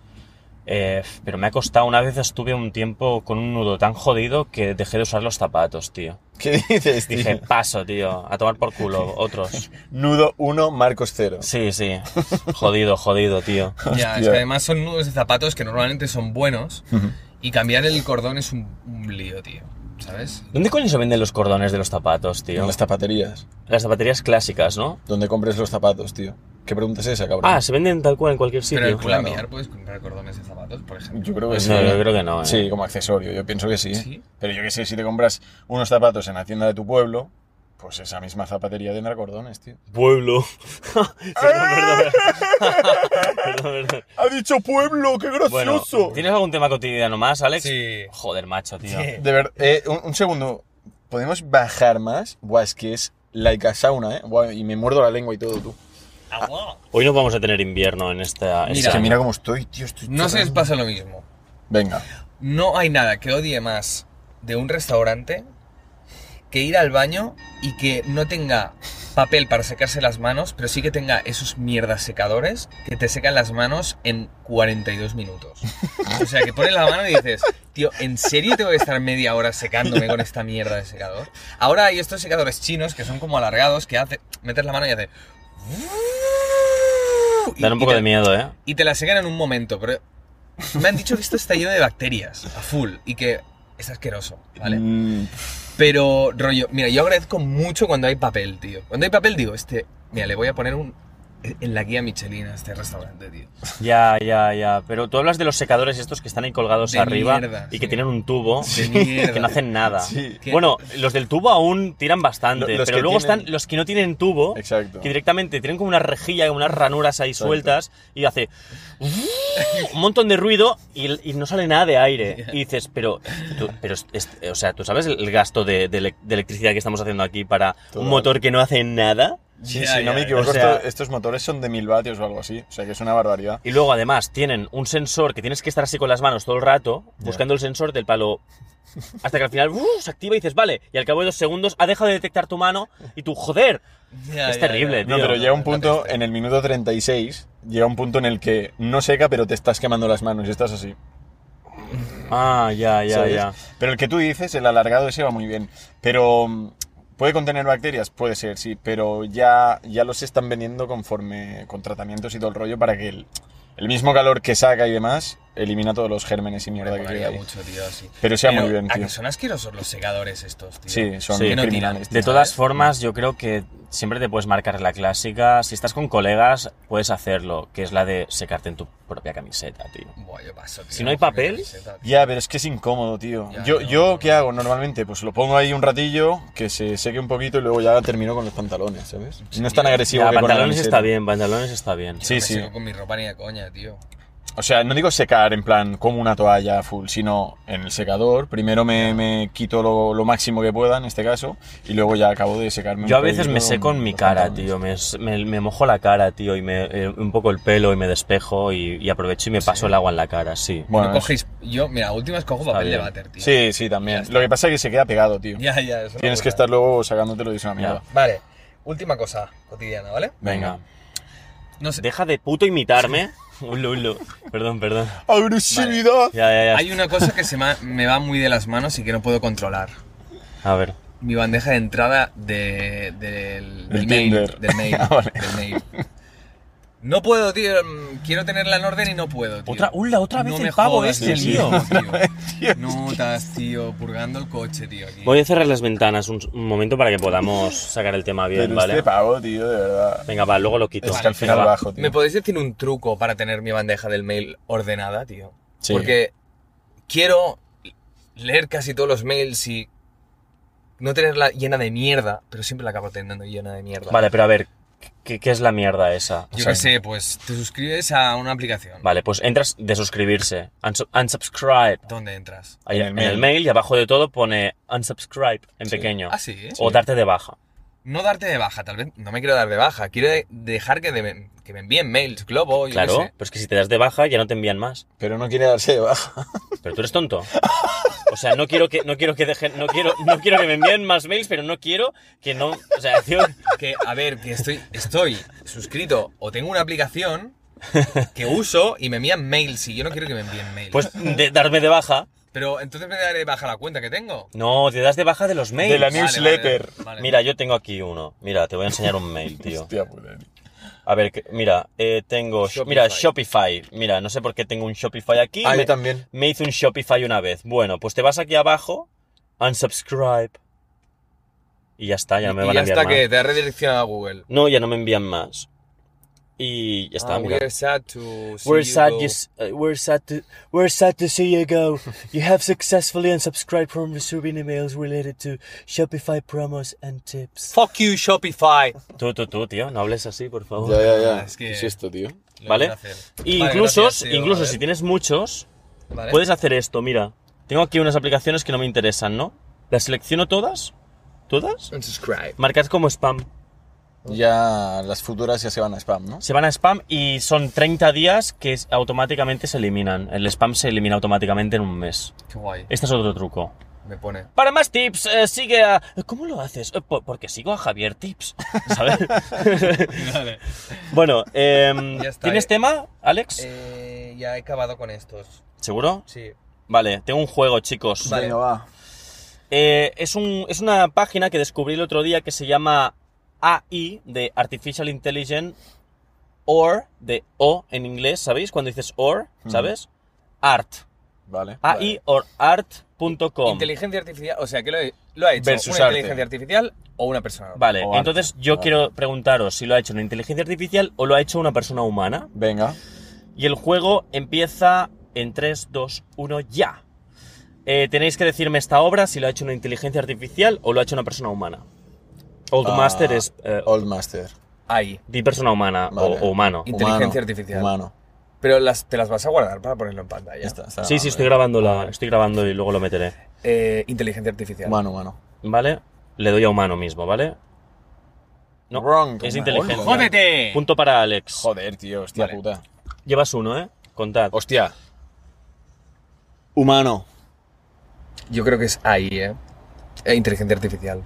[SPEAKER 3] eh, pero me ha costado, una vez estuve un tiempo con un nudo tan jodido que dejé de usar los zapatos, tío.
[SPEAKER 2] ¿Qué dices, tío?
[SPEAKER 3] Dije, paso, tío, a tomar por culo otros.
[SPEAKER 2] Nudo 1, Marcos 0.
[SPEAKER 3] Sí, sí, jodido, jodido, tío.
[SPEAKER 1] Ya, es
[SPEAKER 2] Hostia.
[SPEAKER 1] que además son nudos de zapatos que normalmente son buenos y cambiar el cordón es un, un lío, tío. ¿Sabes?
[SPEAKER 3] ¿Dónde coño se venden los cordones de los zapatos, tío?
[SPEAKER 2] En las zapaterías,
[SPEAKER 3] Las zapaterías clásicas, ¿no?
[SPEAKER 2] donde compres los zapatos, tío. ¿Qué pregunta es esa, cabrón?
[SPEAKER 3] Ah, se venden tal cual en cualquier sitio.
[SPEAKER 1] Pero en
[SPEAKER 2] claro.
[SPEAKER 1] Pull&Bear puedes comprar pues, cordones de zapatos, por ejemplo.
[SPEAKER 2] Yo creo que
[SPEAKER 3] Pues
[SPEAKER 2] sí.
[SPEAKER 3] no, yo creo que no, ¿eh?
[SPEAKER 2] Sí, como accesorio, yo pienso que sí. ¿eh?
[SPEAKER 1] ¿Sí?
[SPEAKER 2] Pero yo que sé, si te compras unos zapatos en la tienda de tu pueblo, pues esa misma zapatería tendrá cordones, tío.
[SPEAKER 3] Pueblo.
[SPEAKER 1] ¡Ah!
[SPEAKER 3] perdón, perdón. Perdón, perdón.
[SPEAKER 2] ¡Ha dicho pueblo! ¡Qué
[SPEAKER 3] Bueno, ¿tienes algún tema cotidiano más, Alex?
[SPEAKER 1] Sí.
[SPEAKER 3] Joder, macho, tío.
[SPEAKER 1] Sí.
[SPEAKER 2] De verdad, un, un segundo. ¿Podemos bajar más? Buah, es que es laica sauna, ¿eh? Buah, y me muerdo la lengua y todo, tú.
[SPEAKER 3] Hoy no vamos a tener invierno en esta...
[SPEAKER 1] Mira.
[SPEAKER 2] Es que
[SPEAKER 3] esta-
[SPEAKER 2] mira cómo estoy, tío. Estoy
[SPEAKER 1] No sé si os
[SPEAKER 2] chorreando.
[SPEAKER 1] pasa lo mismo.
[SPEAKER 2] Venga.
[SPEAKER 1] No hay nada que odie más de un restaurante que ir al baño y que no tenga papel para secarse las manos, pero sí que tenga esos mierdas secadores que te secan las manos en 42 minutos. O sea, que pones la mano y dices, tío, ¿en serio tengo que estar media hora secándome con esta mierda de secador? Ahora hay estos secadores chinos que son como alargados, que hace, metes la mano y hace...
[SPEAKER 3] Dan un poco
[SPEAKER 1] y te-
[SPEAKER 3] de miedo, ¿eh?
[SPEAKER 1] Y te la secan en un momento, pero me han dicho que esto está lleno de bacterias, a full, y que es asqueroso, ¿vale?
[SPEAKER 2] Mm,
[SPEAKER 1] Pero, rollo, mira, yo agradezco mucho cuando hay papel, tío. Cuando hay papel, digo, este, mira, le voy a poner un eh, en la guía Michelin a este restaurante, tío.
[SPEAKER 3] Ya, ya, ya. Pero tú hablas de los secadores estos que están ahí colgados
[SPEAKER 1] De
[SPEAKER 3] arriba
[SPEAKER 1] mierda,
[SPEAKER 3] y
[SPEAKER 1] sí.
[SPEAKER 3] que tienen un tubo
[SPEAKER 1] De mierda.
[SPEAKER 3] que no hacen nada.
[SPEAKER 2] Sí.
[SPEAKER 1] ¿Qué?
[SPEAKER 3] Bueno, los del tubo aún tiran bastante,
[SPEAKER 2] Lo- los
[SPEAKER 3] pero
[SPEAKER 2] que
[SPEAKER 3] luego
[SPEAKER 2] tienen-
[SPEAKER 3] están los que no tienen tubo,
[SPEAKER 2] Exacto.
[SPEAKER 3] que directamente tienen como una rejilla, unas ranuras ahí
[SPEAKER 2] Exacto.
[SPEAKER 3] sueltas y hace un montón de ruido y, y no sale nada de aire. Y dices, pero, tú- pero es- es- o sea, ¿tú sabes el gasto de, de elec- de electricidad que estamos haciendo aquí para
[SPEAKER 2] Total.
[SPEAKER 3] un motor que no hace nada?
[SPEAKER 2] Sí,
[SPEAKER 1] Ya,
[SPEAKER 2] sí, no
[SPEAKER 1] ya,
[SPEAKER 2] me equivoco.
[SPEAKER 3] o sea-
[SPEAKER 2] esto- estos motores son de 1000 vatios o algo así. O sea que es una barbaridad.
[SPEAKER 3] Y luego además tienen un sensor que tienes que estar así con las manos todo el rato, buscando el sensor del palo. Hasta que al final ¡uh! se activa y dices, vale, y al cabo de dos segundos ha dejado de detectar tu mano y tú, joder,
[SPEAKER 1] Ya,
[SPEAKER 3] es
[SPEAKER 1] ya, ya.
[SPEAKER 3] terrible,
[SPEAKER 2] No,
[SPEAKER 3] Tío,
[SPEAKER 2] pero
[SPEAKER 3] no,
[SPEAKER 2] llega un
[SPEAKER 1] la
[SPEAKER 2] punto,
[SPEAKER 1] peste.
[SPEAKER 2] en el minuto 36, llega un punto en el que no seca, pero te estás quemando las manos y estás así.
[SPEAKER 3] Ah, ya, ya,
[SPEAKER 2] ¿sabes?
[SPEAKER 3] ya.
[SPEAKER 2] Pero el que tú dices, el alargado ese va muy bien. Pero mm, puede contener bacterias, puede ser, sí, pero ya, ya los están vendiendo conforme con tratamientos y todo el rollo para que el, el mismo calor que saca y demás elimina todos los gérmenes y
[SPEAKER 1] Me
[SPEAKER 2] mierda que
[SPEAKER 1] molaría
[SPEAKER 2] queda ahí.
[SPEAKER 1] mucho, tío, así.
[SPEAKER 2] Pero sea muy bien,
[SPEAKER 1] ¿a
[SPEAKER 2] tío.
[SPEAKER 1] que son asquerosos los secadores estos, tío.
[SPEAKER 2] Sí, son
[SPEAKER 3] Sí, que
[SPEAKER 1] no tiran.
[SPEAKER 2] criminales. tío.
[SPEAKER 3] De todas formas, yo creo que siempre te puedes marcar la clásica. Si estás con colegas, puedes hacerlo, que es la de secarte en tu propia camiseta, tío.
[SPEAKER 1] Buah, yo paso, tío.
[SPEAKER 3] Si no hay
[SPEAKER 1] Con mi
[SPEAKER 3] papel-
[SPEAKER 1] camiseta, tío.
[SPEAKER 2] Ya, pero es que es incómodo, tío.
[SPEAKER 1] Ya,
[SPEAKER 2] yo,
[SPEAKER 1] no,
[SPEAKER 2] yo
[SPEAKER 1] no.
[SPEAKER 2] ¿qué hago normalmente? Pues lo pongo ahí un ratillo, que se seque un poquito y luego ya termino con los pantalones, ¿sabes? No es tan agresivo
[SPEAKER 3] Ya,
[SPEAKER 2] que con la
[SPEAKER 3] pantalones
[SPEAKER 2] camiseta.
[SPEAKER 3] está bien, pantalones está bien.
[SPEAKER 1] Yo
[SPEAKER 2] Sí,
[SPEAKER 1] no me
[SPEAKER 2] sí.
[SPEAKER 1] seco con mi ropa ni de coña, tío.
[SPEAKER 2] O sea, no digo secar en plan como una toalla full, sino en el secador. Primero me, me quito lo, lo máximo que pueda, en este caso, y luego ya acabo de secarme. un
[SPEAKER 3] Yo a veces me
[SPEAKER 2] poquito
[SPEAKER 3] seco en
[SPEAKER 2] con
[SPEAKER 3] mi
[SPEAKER 2] los
[SPEAKER 3] cara,
[SPEAKER 2] pantalones.
[SPEAKER 3] tío. Me, s- me- me mojo la cara, tío, y me, eh, un poco el pelo y me despejo y, y aprovecho y me paso el agua en la cara, sí.
[SPEAKER 2] Bueno,
[SPEAKER 1] no cogéis... Yo, mira, últimas cojo
[SPEAKER 3] Está
[SPEAKER 1] papel de
[SPEAKER 3] bien.
[SPEAKER 1] váter, tío.
[SPEAKER 2] Sí, sí,
[SPEAKER 1] Ya
[SPEAKER 2] también.
[SPEAKER 1] está.
[SPEAKER 2] Lo que pasa es que se queda pegado, tío.
[SPEAKER 1] Ya, ya, es una
[SPEAKER 2] Tienes que
[SPEAKER 1] putada.
[SPEAKER 2] estar luego sacándotelo y es una mierda.
[SPEAKER 1] Vale, última cosa cotidiana, ¿vale?
[SPEAKER 2] Venga.
[SPEAKER 1] No sé.
[SPEAKER 3] Deja de puto imitarme. Ulu, ulu. Perdón, perdón.
[SPEAKER 2] ¡Agresividad!
[SPEAKER 3] Ya, ya, ya.
[SPEAKER 1] Hay una cosa que se ma- me va muy de las manos y que no puedo controlar.
[SPEAKER 3] A ver.
[SPEAKER 1] Mi bandeja de entrada de- del, del
[SPEAKER 2] Del
[SPEAKER 1] mail.
[SPEAKER 2] Tinder.
[SPEAKER 1] Del mail,
[SPEAKER 2] Ah, vale.
[SPEAKER 1] del mail. No puedo, tío. mm, Quiero tenerla en orden y no puedo, tío.
[SPEAKER 3] Otra- ula, otra vez
[SPEAKER 1] me
[SPEAKER 3] el pavo
[SPEAKER 1] jodas,
[SPEAKER 3] este,
[SPEAKER 2] tío.
[SPEAKER 1] tío. Notas, tío, purgando el coche, tío. aquí.
[SPEAKER 3] Voy a cerrar las ventanas un, un momento para que podamos sacar el tema bien,
[SPEAKER 2] Pero
[SPEAKER 3] ¿vale?
[SPEAKER 2] este pavo, tío, de verdad.
[SPEAKER 3] Venga, va, luego lo quito.
[SPEAKER 2] Es que al final
[SPEAKER 3] Venga, va.
[SPEAKER 2] bajo, tío.
[SPEAKER 1] ¿Me podéis decir un truco para tener mi bandeja del mail ordenada, tío?
[SPEAKER 2] Sí.
[SPEAKER 1] Porque quiero leer casi todos los mails y no tenerla llena de mierda, pero siempre la acabo teniendo llena de mierda.
[SPEAKER 3] Vale, pero a ver, ¿qué, qué es la mierda esa?
[SPEAKER 1] Yo qué sé, pues te suscribes a una aplicación.
[SPEAKER 3] Vale, pues entras de suscribirse. Unsu- unsubscribe.
[SPEAKER 1] ¿Dónde entras?
[SPEAKER 3] Ahí
[SPEAKER 2] En
[SPEAKER 3] en,
[SPEAKER 2] el
[SPEAKER 3] el,
[SPEAKER 2] mail.
[SPEAKER 3] mail y abajo de todo pone unsubscribe en pequeño.
[SPEAKER 1] Ah, sí.
[SPEAKER 3] O darte de baja.
[SPEAKER 1] No darte de baja, tal vez. No me quiero dar de baja. Quiero de- dejar que, de- que me envíen mails, globo, yo
[SPEAKER 3] Claro,
[SPEAKER 1] qué sé.
[SPEAKER 3] pero es que si te das de baja ya no te envían más.
[SPEAKER 2] Pero no quiere darse de baja.
[SPEAKER 3] Pero tú eres tonto. O sea, no quiero que no quiero que dejen no quiero no quiero que me envíen más mails, pero no quiero que no, o sea, tío,
[SPEAKER 1] Que, a ver, que estoy, estoy suscrito o tengo una aplicación que uso y me envían mails y yo no quiero que me envíen mails.
[SPEAKER 3] pues de- darme de baja.
[SPEAKER 1] Pero entonces me daré de baja la cuenta que tengo.
[SPEAKER 3] No, te das de baja de los mails.
[SPEAKER 2] De la
[SPEAKER 1] Vale, vale,
[SPEAKER 2] newsletter.
[SPEAKER 1] vale, vale.
[SPEAKER 3] Mira, yo tengo aquí uno. Mira, te voy a enseñar un mail, tío.
[SPEAKER 2] Hostia puta. tío.
[SPEAKER 3] A ver, que- mira, eh, tengo
[SPEAKER 1] Shopify.
[SPEAKER 3] mira Shopify. Mira, no sé por qué tengo un Shopify aquí.
[SPEAKER 2] Ah,
[SPEAKER 3] me,
[SPEAKER 2] yo también.
[SPEAKER 3] me hice un Shopify una vez. Bueno, pues te vas aquí abajo, unsubscribe. Y ya está, ya no me
[SPEAKER 1] Y
[SPEAKER 3] van a enviar
[SPEAKER 1] hasta
[SPEAKER 3] más.
[SPEAKER 1] que te ha redireccionado a Google.
[SPEAKER 3] No, ya no me envían más. Y ya está,
[SPEAKER 1] Ah,
[SPEAKER 3] mira.
[SPEAKER 1] we're sad to see
[SPEAKER 3] We're
[SPEAKER 1] you
[SPEAKER 3] sad,
[SPEAKER 1] go.
[SPEAKER 3] you, s- uh, we're sad to we're sad to see you go. You have successfully unsubscribed from receiving emails related to Shopify promos and tips.
[SPEAKER 1] Fuck you, Shopify.
[SPEAKER 3] Tú, tú, tú, tío, no hables así, por favor.
[SPEAKER 2] Ya, ya, ya.
[SPEAKER 1] Es que-
[SPEAKER 2] ¿Qué es esto, tío?
[SPEAKER 1] Lo
[SPEAKER 3] ¿Vale?
[SPEAKER 1] voy a hacer.
[SPEAKER 3] Y
[SPEAKER 1] Vale,
[SPEAKER 3] incluso,
[SPEAKER 1] gracias, tío.
[SPEAKER 3] incluso
[SPEAKER 1] A
[SPEAKER 3] si
[SPEAKER 1] ver,
[SPEAKER 3] tienes muchos,
[SPEAKER 1] vale.
[SPEAKER 3] puedes hacer esto. Mira, tengo aquí unas aplicaciones que no me interesan, ¿no? Las selecciono todas, todas,
[SPEAKER 1] Unsubscribe.
[SPEAKER 3] marcas como spam.
[SPEAKER 2] Ya las futuras ya se van a spam, ¿no?
[SPEAKER 3] Se van a spam y son 30 días que es- automáticamente se eliminan. El spam se elimina automáticamente en un mes.
[SPEAKER 1] Qué guay.
[SPEAKER 3] Este es otro truco.
[SPEAKER 1] Eh, Me pone.
[SPEAKER 3] Para más tips, eh, sigue a... ¿Cómo lo haces? Eh, po- porque sigo a Javier Tips, ¿sabes?
[SPEAKER 1] Vale.
[SPEAKER 3] bueno, em,
[SPEAKER 1] Ya está,
[SPEAKER 3] ¿tienes
[SPEAKER 1] eh.
[SPEAKER 3] tema, Alex?
[SPEAKER 1] Eh, ya he acabado con estos.
[SPEAKER 3] ¿Seguro?
[SPEAKER 1] Sí.
[SPEAKER 3] Vale, tengo un juego, chicos.
[SPEAKER 1] Vale.
[SPEAKER 2] Venga, va.
[SPEAKER 3] Eh, es, un- es una página que descubrí el otro día que se llama AI, de Artificial Intelligence or, de o en inglés, ¿sabéis? Cuando dices or, ¿sabes? Art.
[SPEAKER 2] Vale.
[SPEAKER 3] AI or art.com.
[SPEAKER 1] Inteligencia artificial, o sea, que lo, he- lo ha hecho
[SPEAKER 2] Versus
[SPEAKER 1] una
[SPEAKER 2] arte.
[SPEAKER 1] inteligencia artificial o una persona. normal.
[SPEAKER 3] Vale,
[SPEAKER 2] O arte.
[SPEAKER 3] entonces yo
[SPEAKER 2] Vale.
[SPEAKER 3] quiero preguntaros si lo ha hecho una inteligencia artificial o lo ha hecho una persona humana.
[SPEAKER 2] Venga.
[SPEAKER 3] Y el juego empieza en 3, 2, 1, ya. Eh, tenéis que decirme esta obra si lo ha hecho una inteligencia artificial o lo ha hecho una persona humana. Old
[SPEAKER 2] Ah,
[SPEAKER 3] Master es... eh,
[SPEAKER 2] Old Master.
[SPEAKER 1] Ahí.
[SPEAKER 3] di persona humana o-
[SPEAKER 2] Vale.
[SPEAKER 3] o, humano.
[SPEAKER 1] Y- Inteligencia
[SPEAKER 2] Humano,
[SPEAKER 1] artificial.
[SPEAKER 2] Humano.
[SPEAKER 1] Pero las, te las vas a guardar para ponerlo en pantalla.
[SPEAKER 2] Está- está
[SPEAKER 3] Sí, sí, estoy
[SPEAKER 2] grabando,
[SPEAKER 3] grabando, la, estoy grabando y luego lo meteré.
[SPEAKER 1] Eh, inteligencia
[SPEAKER 2] ¿eh?
[SPEAKER 1] artificial.
[SPEAKER 2] Humano, humano.
[SPEAKER 3] ¿Vale? Le doy a humano mismo, ¿vale? No,
[SPEAKER 2] Wrong.
[SPEAKER 3] es
[SPEAKER 2] Humano.
[SPEAKER 3] inteligencia.
[SPEAKER 1] ¡Jódete!
[SPEAKER 3] Punto para Alex.
[SPEAKER 2] Joder, tío, hostia
[SPEAKER 1] Vale.
[SPEAKER 2] puta.
[SPEAKER 3] Llevas uno, ¿eh? Contad.
[SPEAKER 2] Hostia. Humano.
[SPEAKER 1] Yo creo que es ahí, ¿eh? Eh, inteligencia artificial.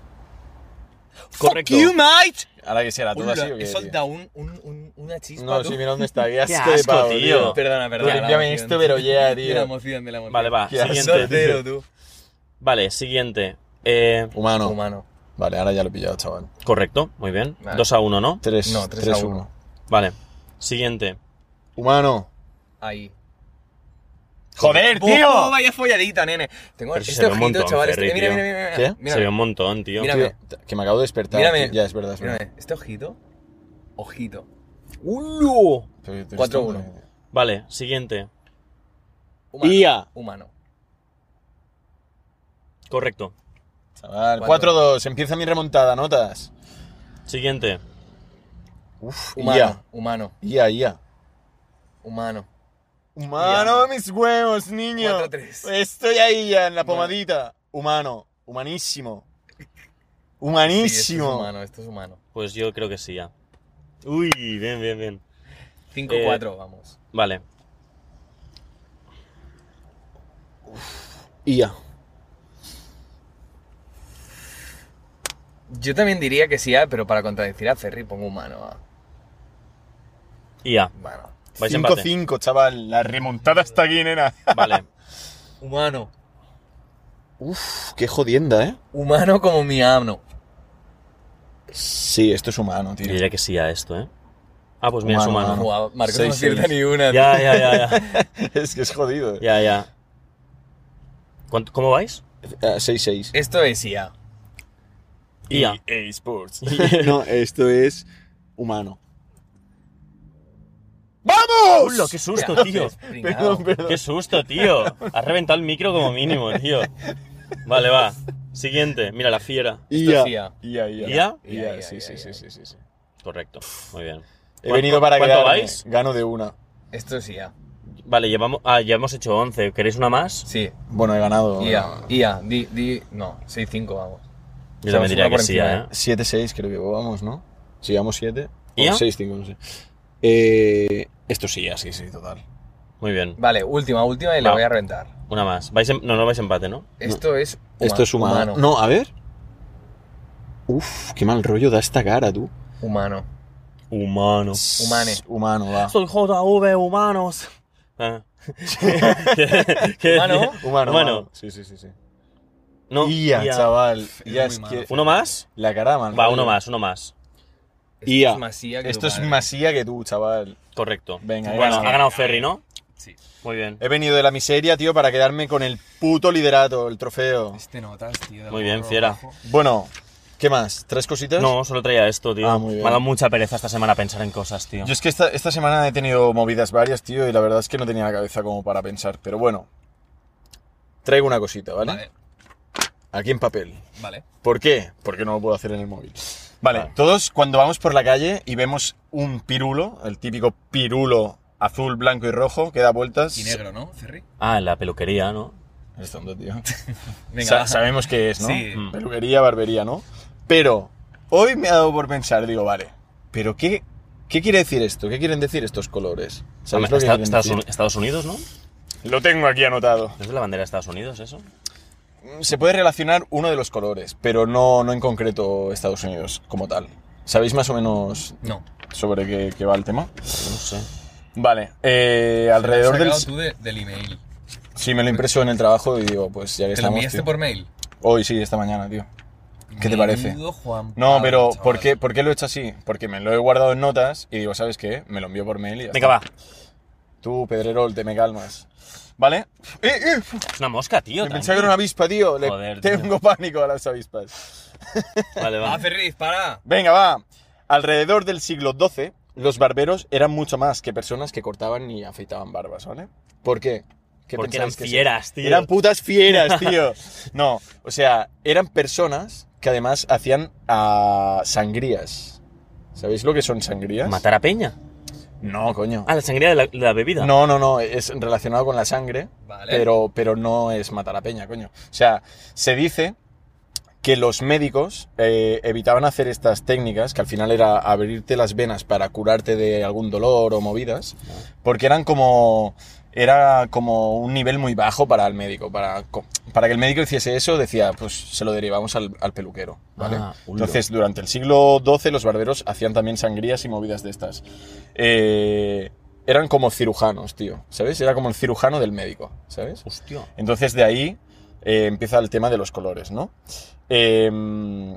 [SPEAKER 3] Correcto.
[SPEAKER 1] Fuck you, mate!
[SPEAKER 2] Ahora que será todo
[SPEAKER 1] Hola,
[SPEAKER 2] así. o qué,
[SPEAKER 1] he
[SPEAKER 2] tío?
[SPEAKER 1] soltado un- un- un- una chispa.
[SPEAKER 2] No,
[SPEAKER 1] tú.
[SPEAKER 2] sí, mira dónde está. Qué asco,
[SPEAKER 3] Qué
[SPEAKER 2] de
[SPEAKER 3] asco,
[SPEAKER 2] pavo,
[SPEAKER 3] tío.
[SPEAKER 1] Perdona, perdona.
[SPEAKER 2] Tú
[SPEAKER 1] la
[SPEAKER 2] límpiame
[SPEAKER 3] este
[SPEAKER 1] emoción.
[SPEAKER 2] esto, pero
[SPEAKER 1] De la
[SPEAKER 2] ya, tío.
[SPEAKER 1] emoción, de la emoción.
[SPEAKER 3] Vale, va.
[SPEAKER 2] Qué asco.
[SPEAKER 3] Siguiente.
[SPEAKER 1] Soltero, tú.
[SPEAKER 3] Vale, siguiente. Eh,
[SPEAKER 2] Humano.
[SPEAKER 1] Humano.
[SPEAKER 2] Vale, ahora ya lo he pillado, chaval.
[SPEAKER 3] correcto, muy bien.
[SPEAKER 1] Vale.
[SPEAKER 3] 2 a 1, ¿no?
[SPEAKER 2] 3,
[SPEAKER 1] No, tres a
[SPEAKER 2] 3,
[SPEAKER 1] uno.
[SPEAKER 2] 1.
[SPEAKER 3] Vale. Siguiente.
[SPEAKER 2] Humano.
[SPEAKER 1] Ahí.
[SPEAKER 2] Joder,
[SPEAKER 1] ¡Oh, vaya folladita, nene! Tengo
[SPEAKER 3] Pero si se
[SPEAKER 1] este
[SPEAKER 3] ve un
[SPEAKER 1] ojito,
[SPEAKER 3] montón,
[SPEAKER 1] chaval. este-
[SPEAKER 3] Ferri,
[SPEAKER 1] mira,
[SPEAKER 3] tío.
[SPEAKER 1] mira, mira, mira.
[SPEAKER 2] ¿Qué?
[SPEAKER 1] mírame.
[SPEAKER 3] Se ve un montón, tío.
[SPEAKER 1] Mira-
[SPEAKER 2] Tío,
[SPEAKER 1] Mírame.
[SPEAKER 2] t- que me acabo de despertar.
[SPEAKER 1] Mírame.
[SPEAKER 2] Ya, es verdad, es verdad.
[SPEAKER 1] Mírame, este ojito. Ojito.
[SPEAKER 3] ¡Ulo!
[SPEAKER 2] Pero tú eres
[SPEAKER 1] Cuatro, uno.
[SPEAKER 2] tonto, eh.
[SPEAKER 3] Vale, siguiente.
[SPEAKER 1] Humano.
[SPEAKER 2] IA.
[SPEAKER 1] Humano.
[SPEAKER 3] Correcto.
[SPEAKER 2] Chaval,
[SPEAKER 1] Cuatro.
[SPEAKER 2] 4-2. Empieza mi remontada, notas.
[SPEAKER 3] Siguiente.
[SPEAKER 2] Uf,
[SPEAKER 1] Humano.
[SPEAKER 2] IA.
[SPEAKER 1] Humano.
[SPEAKER 2] IA, IA.
[SPEAKER 1] Humano.
[SPEAKER 2] Humano, mis huevos, niño.
[SPEAKER 1] 4-3.
[SPEAKER 2] Estoy ahí ya en la
[SPEAKER 1] Humano.
[SPEAKER 2] pomadita. Humano. Humanísimo.
[SPEAKER 1] Sí, esto es
[SPEAKER 2] Humanísimo.
[SPEAKER 1] humano, esto es humano.
[SPEAKER 3] Pues yo creo que sí, ya. Uy, bien, bien, bien. Eh,
[SPEAKER 1] 5-4, vamos.
[SPEAKER 3] Vale.
[SPEAKER 2] IA.
[SPEAKER 1] Yo también diría que sí, ah, pero para contradecir a Ferry pongo humano. ah.
[SPEAKER 3] IA.
[SPEAKER 1] Humano.
[SPEAKER 3] Vais empate.
[SPEAKER 2] 5-5, chaval. La remontada está aquí, nena.
[SPEAKER 3] Vale.
[SPEAKER 1] Humano.
[SPEAKER 2] Uf, qué jodienda, ¿eh?
[SPEAKER 1] Humano como mi amno.
[SPEAKER 2] Sí, esto es humano,
[SPEAKER 3] Yo
[SPEAKER 2] tío.
[SPEAKER 3] diría que sí a esto, ¿eh? Ah, pues mira, es
[SPEAKER 2] Humano,
[SPEAKER 3] humano.
[SPEAKER 2] humano.
[SPEAKER 1] Guau, Marcos
[SPEAKER 2] Seis,
[SPEAKER 1] no acierta
[SPEAKER 2] seis.
[SPEAKER 1] ni una. tío.
[SPEAKER 3] Ya, ya, ya, ya.
[SPEAKER 2] es que es jodido.
[SPEAKER 3] Ya, ya. ¿Cuánto- ¿Cómo vais?
[SPEAKER 2] Ah, 6-6.
[SPEAKER 1] Esto es IA.
[SPEAKER 3] IA.
[SPEAKER 2] EA Sports. no, esto es humano.
[SPEAKER 3] ¡Ulo,
[SPEAKER 2] ¡Vamos!
[SPEAKER 3] qué susto, tío!
[SPEAKER 1] Pringao.
[SPEAKER 2] Perdón, perdón.
[SPEAKER 3] ¡Qué susto, tío! Has reventado el micro como mínimo, tío. Vale, va. Siguiente. Mira, la fiera.
[SPEAKER 1] Esto es
[SPEAKER 2] IA. IA, IA.
[SPEAKER 3] IA?
[SPEAKER 1] IA,
[SPEAKER 2] sí,
[SPEAKER 1] IA,
[SPEAKER 2] sí,
[SPEAKER 1] IA,
[SPEAKER 2] sí,
[SPEAKER 1] IA.
[SPEAKER 2] sí, sí, sí.
[SPEAKER 3] Correcto. Muy bien.
[SPEAKER 2] He venido para
[SPEAKER 3] ¿Cuánto
[SPEAKER 2] quedarme.
[SPEAKER 3] vais?
[SPEAKER 2] Gano de una.
[SPEAKER 1] Esto es IA.
[SPEAKER 3] Vale, llevamos, ah, ya hemos hecho 11. ¿Queréis una más?
[SPEAKER 1] Sí,
[SPEAKER 2] Bueno, he ganado.
[SPEAKER 1] IA. IA. Di, di. No, 6-5, vamos. Somos
[SPEAKER 3] Yo también diría
[SPEAKER 1] una por
[SPEAKER 3] que sí,
[SPEAKER 1] encima,
[SPEAKER 3] ¿eh?
[SPEAKER 2] 7-6 creo que vamos, ¿no? Si llevamos 7.
[SPEAKER 3] ¿IA?
[SPEAKER 2] 6-5, no sé. Eh, esto sí, ya, sí, sí, total.
[SPEAKER 3] Muy bien.
[SPEAKER 1] Vale, última, última y la
[SPEAKER 3] Va.
[SPEAKER 1] voy a reventar.
[SPEAKER 3] Una más. Vais em- no, no vais empate, ¿no?
[SPEAKER 1] Esto es.
[SPEAKER 2] esto es humano.
[SPEAKER 1] Humano.
[SPEAKER 2] No, a ver. Uf, qué mal rollo da esta cara, tú.
[SPEAKER 1] Humano.
[SPEAKER 3] Humano.
[SPEAKER 1] Humane.
[SPEAKER 2] Humano, va.
[SPEAKER 3] Soy JV, humanos. Ah.
[SPEAKER 1] Humano.
[SPEAKER 2] Humano,
[SPEAKER 3] Humano.
[SPEAKER 2] Sí, sí, sí, sí.
[SPEAKER 3] No,
[SPEAKER 2] IA,
[SPEAKER 3] IA.
[SPEAKER 2] chaval. IA
[SPEAKER 1] muy
[SPEAKER 2] es
[SPEAKER 1] malo.
[SPEAKER 2] que...
[SPEAKER 3] ¿Uno más?
[SPEAKER 2] La cara, man.
[SPEAKER 3] Va, uno más, uno más.
[SPEAKER 1] Esto
[SPEAKER 2] IA.
[SPEAKER 1] es más IA que
[SPEAKER 2] Esto
[SPEAKER 1] tu
[SPEAKER 2] es
[SPEAKER 1] madre.
[SPEAKER 2] más IA que tú, chaval.
[SPEAKER 3] Correcto.
[SPEAKER 2] Venga, he
[SPEAKER 3] bueno,
[SPEAKER 2] ganado.
[SPEAKER 3] ha ganado Ferry, ¿no?
[SPEAKER 1] Sí.
[SPEAKER 3] Muy bien.
[SPEAKER 2] He venido de la miseria, tío, para quedarme con el puto liderato, el trofeo.
[SPEAKER 1] Este notas, tío.
[SPEAKER 3] Muy bien, fiera.
[SPEAKER 2] Bueno, ¿qué más? ¿Tres cositas?
[SPEAKER 3] No, solo traía esto, tío.
[SPEAKER 2] Ah, muy
[SPEAKER 3] Me ha
[SPEAKER 2] bien.
[SPEAKER 3] dado mucha pereza esta semana pensar en cosas, tío.
[SPEAKER 2] Yo es que esta, esta semana he tenido movidas varias, tío, y la verdad es que no tenía la cabeza como para pensar. Pero bueno, traigo una cosita, ¿vale?
[SPEAKER 1] Vale,
[SPEAKER 2] Aquí en papel.
[SPEAKER 1] vale.
[SPEAKER 2] ¿Por qué? Porque no lo puedo hacer en el móvil. Vale,
[SPEAKER 1] Ah.
[SPEAKER 3] Vale.
[SPEAKER 2] todos cuando vamos por la calle y vemos un pirulo, el típico pirulo azul, blanco y rojo, que da vueltas.
[SPEAKER 1] Y negro, ¿no, Ferry?
[SPEAKER 3] Ah, en la peluquería, ¿no?
[SPEAKER 2] Eres tonto, tío.
[SPEAKER 1] Venga,
[SPEAKER 2] Sa-
[SPEAKER 1] va.
[SPEAKER 2] sabemos qué es, ¿no?
[SPEAKER 1] Sí.
[SPEAKER 3] Mm.
[SPEAKER 2] Peluquería, barbería, ¿no? Pero hoy me ha dado por pensar, digo, vale, pero ¿qué, qué quiere decir esto? ¿Qué quieren decir estos colores? ¿Sabes lo que
[SPEAKER 3] Esta-
[SPEAKER 2] quieren
[SPEAKER 3] Estados,
[SPEAKER 2] decir?
[SPEAKER 3] Uni- Estados Unidos, ¿no?
[SPEAKER 2] Lo tengo aquí anotado.
[SPEAKER 3] ¿Es de la bandera de Estados Unidos eso?
[SPEAKER 2] Se puede relacionar uno de los colores, pero no, no en concreto Estados Unidos como tal. ¿Sabéis más o menos
[SPEAKER 1] No.
[SPEAKER 2] sobre qué, qué va el tema?
[SPEAKER 3] Yo No sé.
[SPEAKER 2] Vale, eh,
[SPEAKER 1] Lo
[SPEAKER 2] alrededor
[SPEAKER 1] has
[SPEAKER 2] del...
[SPEAKER 1] sacado tú de- del email.
[SPEAKER 2] Sí, me lo he impreso en el trabajo y digo, pues ya que
[SPEAKER 1] ¿Te lo
[SPEAKER 2] estamos...
[SPEAKER 1] enviaste
[SPEAKER 2] tío.
[SPEAKER 1] por mail?
[SPEAKER 2] Hoy sí, esta mañana, tío. ¿Qué te parece?
[SPEAKER 1] Menudo Juan
[SPEAKER 2] No,
[SPEAKER 1] Pablo,
[SPEAKER 2] pero ¿por
[SPEAKER 1] Ah, chaval.
[SPEAKER 2] qué, ¿por qué lo he hecho así? Porque me lo he guardado en notas y digo, ¿sabes qué? Me lo envió por mail y ya
[SPEAKER 3] Venga,
[SPEAKER 2] está.
[SPEAKER 3] va.
[SPEAKER 2] Tú, Pedrerol, te me calmas. ¿Vale? ¡Eh, eh!
[SPEAKER 3] Es una mosca, tío.
[SPEAKER 2] Me
[SPEAKER 3] también.
[SPEAKER 2] pensaba que era una avispa, tío. Le
[SPEAKER 3] Joder, tío.
[SPEAKER 2] tengo pánico a las avispas.
[SPEAKER 3] Vale,
[SPEAKER 2] Ah,
[SPEAKER 1] Va,
[SPEAKER 3] vale.
[SPEAKER 1] Ferriz, para.
[SPEAKER 2] Venga, va. Alrededor del siglo XII, los barberos eran mucho más que personas que cortaban y afeitaban barbas, ¿vale? ¿Por qué? ¿Qué
[SPEAKER 3] Porque eran
[SPEAKER 2] pensáis que sí?
[SPEAKER 3] fieras, tío.
[SPEAKER 2] Eran putas fieras, tío. No, o sea, eran personas que además hacían ah, sangrías. ¿Sabéis lo que son sangrías?
[SPEAKER 3] ¿Matar a Peña?
[SPEAKER 2] No, coño.
[SPEAKER 3] Ah, la sangría de la, de la bebida.
[SPEAKER 2] No, no, no, es relacionado con la sangre,
[SPEAKER 1] Vale.
[SPEAKER 2] pero, pero no es matar a peña, coño. O sea, se dice que los médicos eh, evitaban hacer estas técnicas, que al final era abrirte las venas para curarte de algún dolor o movidas, porque eran como... Era como un nivel muy bajo para el médico. Para, co- para que el médico hiciese eso, decía, pues se lo derivamos al, al peluquero. ¿vale?
[SPEAKER 3] Ah, ulo.
[SPEAKER 2] Entonces, durante el siglo XII, los barberos hacían también sangrías y movidas de estas. Eh, eran como cirujanos, tío, ¿sabes? Era como el cirujano del médico, ¿sabes?
[SPEAKER 3] Hostia.
[SPEAKER 2] Entonces de ahí eh, empieza el tema de los colores, ¿no? Em,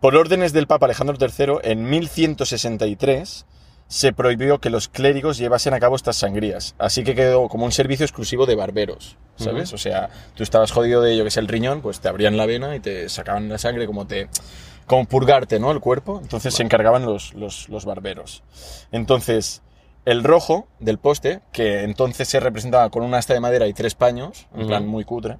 [SPEAKER 2] por órdenes del Papa Alejandro III, en 1163 se prohibió que los clérigos llevasen a cabo estas sangrías, así que quedó como un servicio exclusivo de barberos, ¿sabes?
[SPEAKER 3] Ujú.
[SPEAKER 2] O sea, tú estabas jodido de, yo que sé, el riñón, pues te abrían la vena y te sacaban la sangre como te... como purgarte, ¿no? El cuerpo, entonces se encargaban los- los- los barberos. Entonces, el rojo del poste, que entonces se representaba con un asta de madera y tres paños, en
[SPEAKER 3] Ujú.
[SPEAKER 2] plan muy cutre,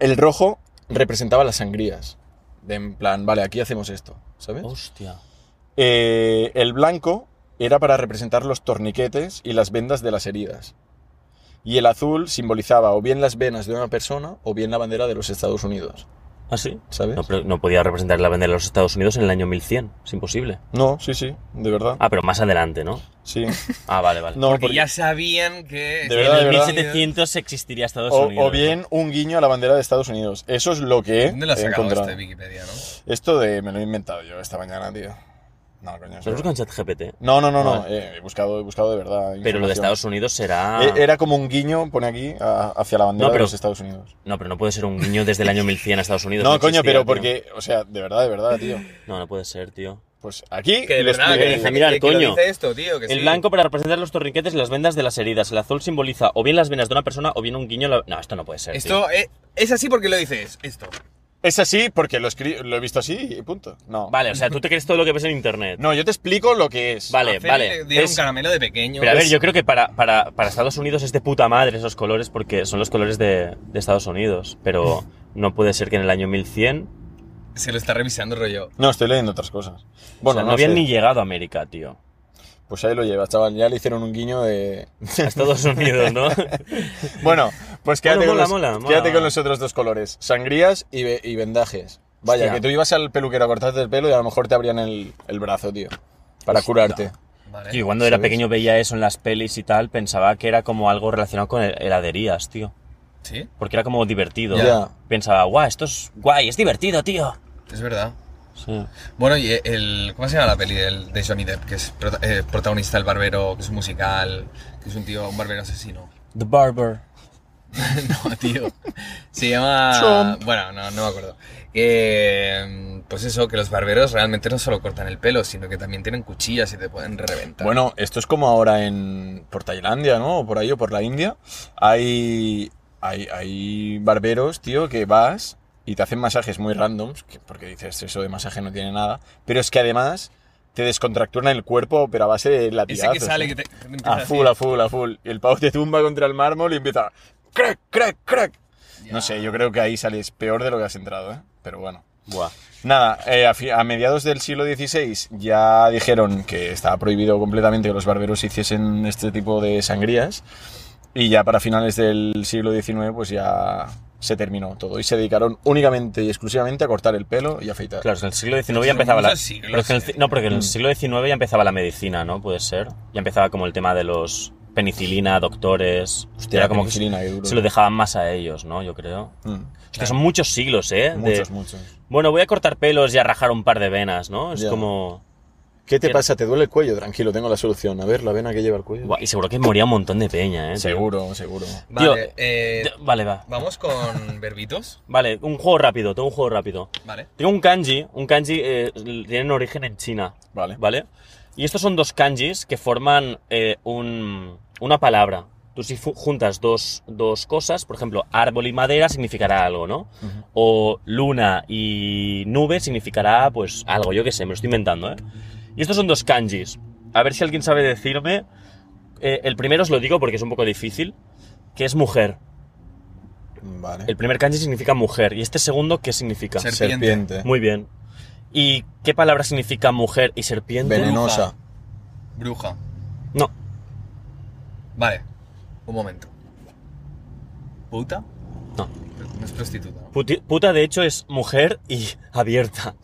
[SPEAKER 2] el rojo representaba las sangrías. De en plan, vale, aquí hacemos esto, ¿sabes?
[SPEAKER 3] Hostia.
[SPEAKER 2] Eh, el blanco era para representar los torniquetes y las vendas de las heridas. Y el azul simbolizaba o bien las venas de una persona o bien la bandera de los Estados Unidos,
[SPEAKER 3] ¿Ah, sí?
[SPEAKER 2] ¿sabes?
[SPEAKER 3] No, pero no podía representar la bandera de los Estados Unidos en el año 1100. Es imposible.
[SPEAKER 2] No, sí, sí, de verdad.
[SPEAKER 3] Ah, pero más adelante, ¿no?
[SPEAKER 2] Sí.
[SPEAKER 3] Ah, vale, vale.
[SPEAKER 2] No,
[SPEAKER 1] Porque
[SPEAKER 2] porque-
[SPEAKER 1] ya sabían que. este
[SPEAKER 2] De
[SPEAKER 3] en
[SPEAKER 2] verdad,
[SPEAKER 3] el
[SPEAKER 2] verdad.
[SPEAKER 3] 1700 existiría Estados
[SPEAKER 2] o,
[SPEAKER 3] Unidos.
[SPEAKER 2] o bien un guiño a la bandera de Estados Unidos. Eso es lo que he
[SPEAKER 1] ¿Dónde lo has sacado
[SPEAKER 2] encontrado.
[SPEAKER 1] este de Wikipedia, no?
[SPEAKER 2] Esto de me lo he inventado yo esta mañana, tío. No, coño. es
[SPEAKER 3] ¿Lo
[SPEAKER 2] verdad.
[SPEAKER 3] busco en ChatGPT?
[SPEAKER 2] No, no, no, no.
[SPEAKER 3] Vale.
[SPEAKER 2] eh, he buscado, he buscado de verdad.
[SPEAKER 3] Pero lo de
[SPEAKER 2] información.
[SPEAKER 3] Estados Unidos será...
[SPEAKER 2] Eh, Era como un guiño, pone aquí, a- hacia la bandera
[SPEAKER 3] No, pero-
[SPEAKER 2] de los Estados Unidos.
[SPEAKER 3] No, pero no puede ser un guiño desde el año 1100 a Estados Unidos.
[SPEAKER 2] No,
[SPEAKER 3] existía,
[SPEAKER 2] coño, pero
[SPEAKER 3] tío.
[SPEAKER 2] porque, o sea, de verdad, de verdad, tío.
[SPEAKER 3] No, no puede ser, tío.
[SPEAKER 2] Pues aquí.
[SPEAKER 1] Que de
[SPEAKER 2] lo
[SPEAKER 1] verdad,
[SPEAKER 2] expliqué.
[SPEAKER 1] que,
[SPEAKER 3] Deja mirar,
[SPEAKER 1] que- que lo
[SPEAKER 3] coño.
[SPEAKER 1] dice esto, tío. que
[SPEAKER 3] El
[SPEAKER 1] sí.
[SPEAKER 3] blanco para representar los torniquetes y las vendas de las heridas. El azul simboliza o bien las venas de una persona o bien un guiño... a la- No, esto no puede ser, tío.
[SPEAKER 1] Esto eh, es, así porque lo dices, esto.
[SPEAKER 2] Es así porque lo, escri- lo he visto así y punto. No.
[SPEAKER 3] Vale, o sea, tú te crees todo lo que ves en internet.
[SPEAKER 2] No, yo te explico lo que es.
[SPEAKER 3] Vale,
[SPEAKER 1] A Fer
[SPEAKER 3] vale.
[SPEAKER 1] le dieron
[SPEAKER 2] Es-
[SPEAKER 1] un caramelo de pequeño. Pues
[SPEAKER 3] Pero a ver,
[SPEAKER 1] Es-
[SPEAKER 3] yo creo que para, para, para Estados Unidos es de puta madre esos colores porque son los colores de, de Estados Unidos. Pero no puede ser que en el año 1100...
[SPEAKER 1] Se lo está revisando rollo.
[SPEAKER 2] No, estoy leyendo otras cosas.
[SPEAKER 3] Bueno,
[SPEAKER 2] Bueno,
[SPEAKER 3] no,
[SPEAKER 2] no
[SPEAKER 3] habían
[SPEAKER 2] sé.
[SPEAKER 3] ni llegado a América, tío.
[SPEAKER 2] Pues ahí lo llevas, chaval. Ya le hicieron un guiño de,
[SPEAKER 3] A Estados Unidos, ¿no?
[SPEAKER 2] Bueno, pues quédate,
[SPEAKER 3] Bueno, mola,
[SPEAKER 2] con, los,
[SPEAKER 3] mola, mola,
[SPEAKER 2] quédate con
[SPEAKER 3] mola.
[SPEAKER 2] los otros dos colores, sangrías y, ve- y vendajes. Vaya,
[SPEAKER 3] Hostia.
[SPEAKER 2] que tú ibas al peluquero a cortarte el pelo y a lo mejor te abrían el, el brazo, tío, para curarte.
[SPEAKER 1] Vale.
[SPEAKER 3] Yo cuando era
[SPEAKER 2] ¿Sabes?
[SPEAKER 3] pequeño veía eso en las pelis y tal, pensaba que era como algo relacionado con hel- heladerías, tío.
[SPEAKER 1] Sí,
[SPEAKER 3] Porque era como divertido.
[SPEAKER 2] Ya.
[SPEAKER 3] Pensaba, guau, esto es guay, es divertido, tío.
[SPEAKER 1] es verdad.
[SPEAKER 3] Sí.
[SPEAKER 1] Bueno, y el. ¿Cómo se llama la peli del, de Johnny Depp? Que es prota- eh, protagonista, el barbero, que es un musical, que es un tío, un barbero asesino.
[SPEAKER 3] The Barber.
[SPEAKER 1] no, tío. Se llama.
[SPEAKER 2] Trump.
[SPEAKER 1] Bueno, no, no me acuerdo. Que. mm, Pues eso, que los barberos realmente no solo cortan el pelo, sino que también tienen cuchillas y te pueden reventar.
[SPEAKER 2] Bueno, esto es como ahora en por Tailandia, ¿no? O por ahí o por la India. Hay, hay, hay barberos, tío, que vas y te hacen masajes muy randoms, que- porque dices, eso de masaje no tiene nada, pero es que además te descontracturan el cuerpo, pero a base de
[SPEAKER 1] Ese
[SPEAKER 2] latigazos.
[SPEAKER 1] que sale,
[SPEAKER 2] ¿eh?
[SPEAKER 1] que te. que te empieza
[SPEAKER 2] A full,
[SPEAKER 1] decir,
[SPEAKER 2] a full, a full. Y el pavo te tumba contra el mármol y empieza. ¡Crack, crack, crack! No
[SPEAKER 1] Ya.
[SPEAKER 2] sé, yo creo que ahí sales peor de lo que has entrado, ¿eh? Pero bueno.
[SPEAKER 3] Buah.
[SPEAKER 2] Nada, eh, a, fi- a mediados del siglo XVI ya dijeron que estaba prohibido completamente que los barberos hiciesen este tipo de sangrías. Y ya para finales del siglo XIX, pues ya se terminó todo. Y se dedicaron únicamente y exclusivamente a cortar el pelo y a afeitar.
[SPEAKER 3] Claro, es que en el siglo XIX ya empezaba la...
[SPEAKER 1] Muchos siglos,
[SPEAKER 3] pero es que en el
[SPEAKER 1] eh.
[SPEAKER 3] ci- no, porque en
[SPEAKER 2] Mm.
[SPEAKER 3] el siglo XIX ya empezaba la medicina, ¿no? Puede ser. Ya empezaba como el tema de los penicilina, doctores...
[SPEAKER 2] Hostia,
[SPEAKER 3] era como que
[SPEAKER 2] penicilina, qué duro.
[SPEAKER 3] se lo dejaban más a ellos, ¿no? Yo creo.
[SPEAKER 2] Mm,
[SPEAKER 3] Es que son muchos siglos, ¿eh? De-
[SPEAKER 2] Muchos, muchos.
[SPEAKER 3] Bueno, voy a cortar pelos y a rajar un par de venas, ¿no? Es
[SPEAKER 2] Ya.
[SPEAKER 3] como...
[SPEAKER 2] ¿Qué te
[SPEAKER 3] Quiero-
[SPEAKER 2] pasa? ¿Te duele el cuello? Tranquilo, tengo la solución. A ver, la vena que lleva el cuello.
[SPEAKER 3] Buah, y seguro que moría un montón de peña, ¿eh? tío.
[SPEAKER 2] Seguro, seguro.
[SPEAKER 1] Vale,
[SPEAKER 3] Tío,
[SPEAKER 1] eh,
[SPEAKER 3] Te- Vale, va.
[SPEAKER 1] vamos con verbitos.
[SPEAKER 3] Vale, un juego rápido, tengo un juego rápido.
[SPEAKER 1] Vale.
[SPEAKER 3] Tengo un kanji, un kanji eh, tienen origen en China,
[SPEAKER 2] Vale.
[SPEAKER 3] ¿vale? Y estos son dos kanjis que forman eh, un- una palabra. Tú si fu- juntas dos, dos cosas, por ejemplo, árbol y madera significará algo, ¿no?
[SPEAKER 2] Ujú.
[SPEAKER 3] O luna y nube significará pues algo, yo qué sé, me lo estoy inventando, ¿eh? Y estos son dos kanjis. A ver si alguien sabe decirme. eh, el primero os lo digo porque es un poco difícil, que es mujer.
[SPEAKER 2] Vale.
[SPEAKER 3] El primer kanji significa mujer. ¿Y este segundo qué significa?
[SPEAKER 1] Ser-
[SPEAKER 2] Serpiente.
[SPEAKER 3] Muy bien. ¿Y qué palabra significa mujer y serpiente?
[SPEAKER 2] Venenosa.
[SPEAKER 1] Bruja.
[SPEAKER 3] No,
[SPEAKER 1] Vale. Un momento. ¿Puta?
[SPEAKER 3] no.
[SPEAKER 1] No es prostituta. ¿no?
[SPEAKER 3] Puti- puta, de hecho, es mujer y abierta.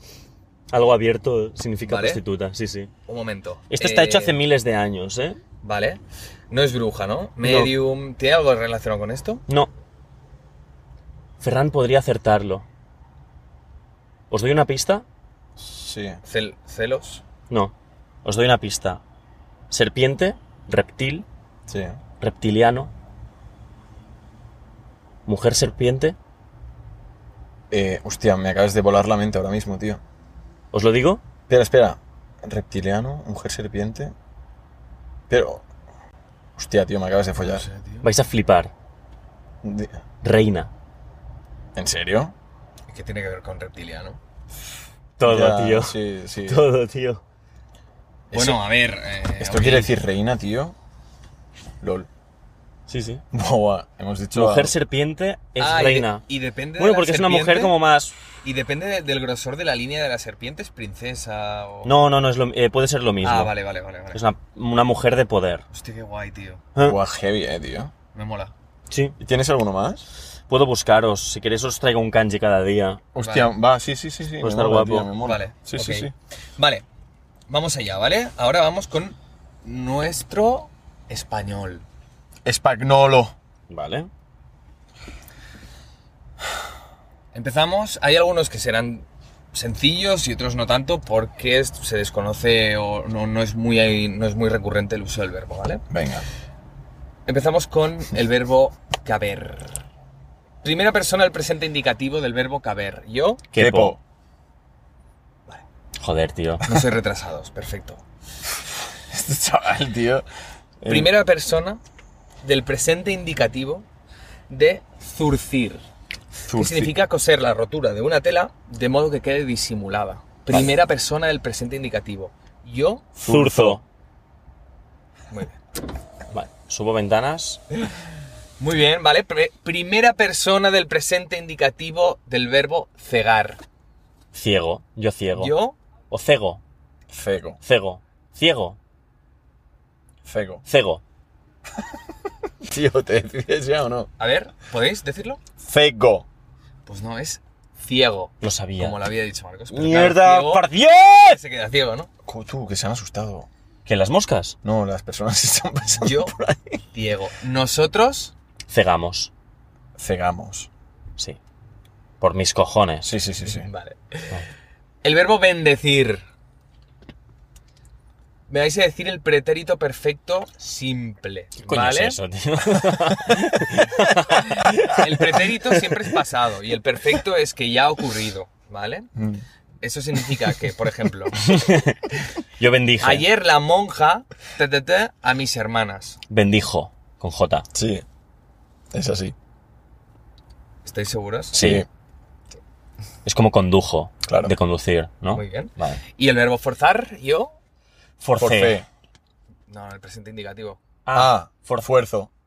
[SPEAKER 3] Algo abierto significa
[SPEAKER 1] Vale.
[SPEAKER 3] prostituta, sí, sí.
[SPEAKER 1] Un momento.
[SPEAKER 3] Esto está hecho
[SPEAKER 1] Eh,
[SPEAKER 3] hace miles de años, ¿eh?
[SPEAKER 1] Vale. No es bruja, ¿no? Medium. ¿Tiene algo relacionado con esto?
[SPEAKER 3] No. Ferran podría acertarlo. ¿Os doy una pista?
[SPEAKER 2] Sí.
[SPEAKER 1] Cel- celos.
[SPEAKER 3] No. Os doy una pista. Serpiente, reptil,
[SPEAKER 2] Sí.
[SPEAKER 3] reptiliano. Mujer serpiente.
[SPEAKER 2] Eh, hostia, me acabas de volar la mente ahora mismo, tío.
[SPEAKER 3] ¿Os lo digo?
[SPEAKER 2] Espera, espera. Reptiliano, mujer serpiente. Pero. Hostia, tío, me acabas de follar.
[SPEAKER 1] tío.
[SPEAKER 3] Vais a flipar.
[SPEAKER 2] Di-
[SPEAKER 3] Reina.
[SPEAKER 2] ¿En serio?
[SPEAKER 1] ¿Qué tiene que ver con reptiliano?
[SPEAKER 3] Todo,
[SPEAKER 2] Ya,
[SPEAKER 3] tío.
[SPEAKER 2] Sí, sí.
[SPEAKER 3] Todo, tío.
[SPEAKER 1] Bueno, a ver. eh,
[SPEAKER 2] ¿Esto
[SPEAKER 1] ok.
[SPEAKER 2] quiere decir reina, tío? LOL.
[SPEAKER 3] Sí, sí.
[SPEAKER 2] Buah, hemos dicho.
[SPEAKER 3] Mujer serpiente es
[SPEAKER 1] Ah, y de-
[SPEAKER 3] reina.
[SPEAKER 1] Y, depende. de
[SPEAKER 3] Bueno,
[SPEAKER 1] la
[SPEAKER 3] porque es una mujer
[SPEAKER 1] serpiente,
[SPEAKER 3] como más...
[SPEAKER 1] Y depende de- del grosor de la línea de la serpiente, es princesa o.
[SPEAKER 3] No, no, no, es lo- eh, puede ser lo mismo.
[SPEAKER 1] Ah, vale, vale, vale. vale.
[SPEAKER 3] Es una, una mujer de poder.
[SPEAKER 1] Hostia, qué guay, tío.
[SPEAKER 3] ¿Eh?
[SPEAKER 2] Buah, heavy, eh, tío.
[SPEAKER 1] Me mola.
[SPEAKER 3] Sí.
[SPEAKER 2] ¿Y tienes alguno más?
[SPEAKER 3] Puedo buscaros. Si queréis os traigo un kanji cada día.
[SPEAKER 2] Hostia, va, sí, sí, sí, sí.
[SPEAKER 3] Puede
[SPEAKER 2] me
[SPEAKER 3] estar
[SPEAKER 2] mola,
[SPEAKER 3] guapo.
[SPEAKER 2] tío, me mola.
[SPEAKER 1] Vale.
[SPEAKER 2] Sí,
[SPEAKER 1] ok.
[SPEAKER 2] sí, sí.
[SPEAKER 1] Vale. Vamos allá, ¿vale? Ahora vamos con nuestro español.
[SPEAKER 2] Espagnolo.
[SPEAKER 3] Vale.
[SPEAKER 1] Empezamos. Hay algunos que serán sencillos y otros no tanto porque es- se desconoce o no, no es muy, no es muy recurrente el uso del verbo, ¿vale?
[SPEAKER 2] Venga.
[SPEAKER 1] Empezamos con el verbo caber. Primera persona del presente indicativo del verbo caber. Yo
[SPEAKER 3] Kepo.
[SPEAKER 2] Kepo.
[SPEAKER 3] Joder, tío.
[SPEAKER 1] no soy retrasados, perfecto.
[SPEAKER 2] Este chaval, tío. Eh,
[SPEAKER 1] Primera persona del presente indicativo de zurcir, que
[SPEAKER 2] zurci-
[SPEAKER 1] significa coser la rotura de una tela de modo que quede disimulada. Primera persona del presente indicativo. Yo,
[SPEAKER 3] Zurzo.
[SPEAKER 1] muy bien.
[SPEAKER 3] Vale. Subo ventanas.
[SPEAKER 1] Muy bien, ¿vale? Pre- primera persona del presente indicativo del verbo cegar.
[SPEAKER 3] Ciego. Yo ciego.
[SPEAKER 1] Yo,
[SPEAKER 3] O cego.
[SPEAKER 2] Cego.
[SPEAKER 3] Cego. Ciego.
[SPEAKER 2] Cego.
[SPEAKER 3] Cego.
[SPEAKER 2] Tío, ¿te decides ya o no?
[SPEAKER 1] a ver, ¿podéis decirlo?
[SPEAKER 2] Cego.
[SPEAKER 1] Pues no, es ciego.
[SPEAKER 3] Lo sabía.
[SPEAKER 1] Como lo había dicho Marcos. pero
[SPEAKER 3] ¡Mierda!
[SPEAKER 1] claro, ciego,
[SPEAKER 3] ¡Par
[SPEAKER 1] se queda ciego, ¿no?
[SPEAKER 2] Co- Tú, que se han asustado.
[SPEAKER 3] ¿Que las moscas?
[SPEAKER 2] No, las personas se están pasando.
[SPEAKER 1] Yo, ciego. Nosotros,
[SPEAKER 3] Cegamos.
[SPEAKER 2] Cegamos.
[SPEAKER 3] Sí. Por mis cojones.
[SPEAKER 2] Sí, sí, sí, sí.
[SPEAKER 1] vale. El verbo bendecir. Me vais a decir el pretérito perfecto simple.
[SPEAKER 3] ¿Qué coño
[SPEAKER 1] ¿vale?
[SPEAKER 3] es eso, tío?
[SPEAKER 1] El pretérito siempre es pasado y el perfecto es que ya ha ocurrido, ¿vale?
[SPEAKER 2] Mm.
[SPEAKER 1] Eso significa que, por ejemplo,
[SPEAKER 3] Yo bendije.
[SPEAKER 1] ayer la monja ta, ta, ta, a mis hermanas.
[SPEAKER 3] Bendijo. Con J.
[SPEAKER 2] Sí. Es así.
[SPEAKER 1] ¿Estáis seguros?
[SPEAKER 3] Sí. Es como condujo.
[SPEAKER 2] Claro.
[SPEAKER 3] De conducir, ¿no?
[SPEAKER 1] Muy bien.
[SPEAKER 3] Vale.
[SPEAKER 1] ¿Y el verbo forzar? Yo.
[SPEAKER 3] Forcé.
[SPEAKER 2] Por fe.
[SPEAKER 1] No, el presente indicativo.
[SPEAKER 2] Ah,
[SPEAKER 3] for-
[SPEAKER 2] fuerzo.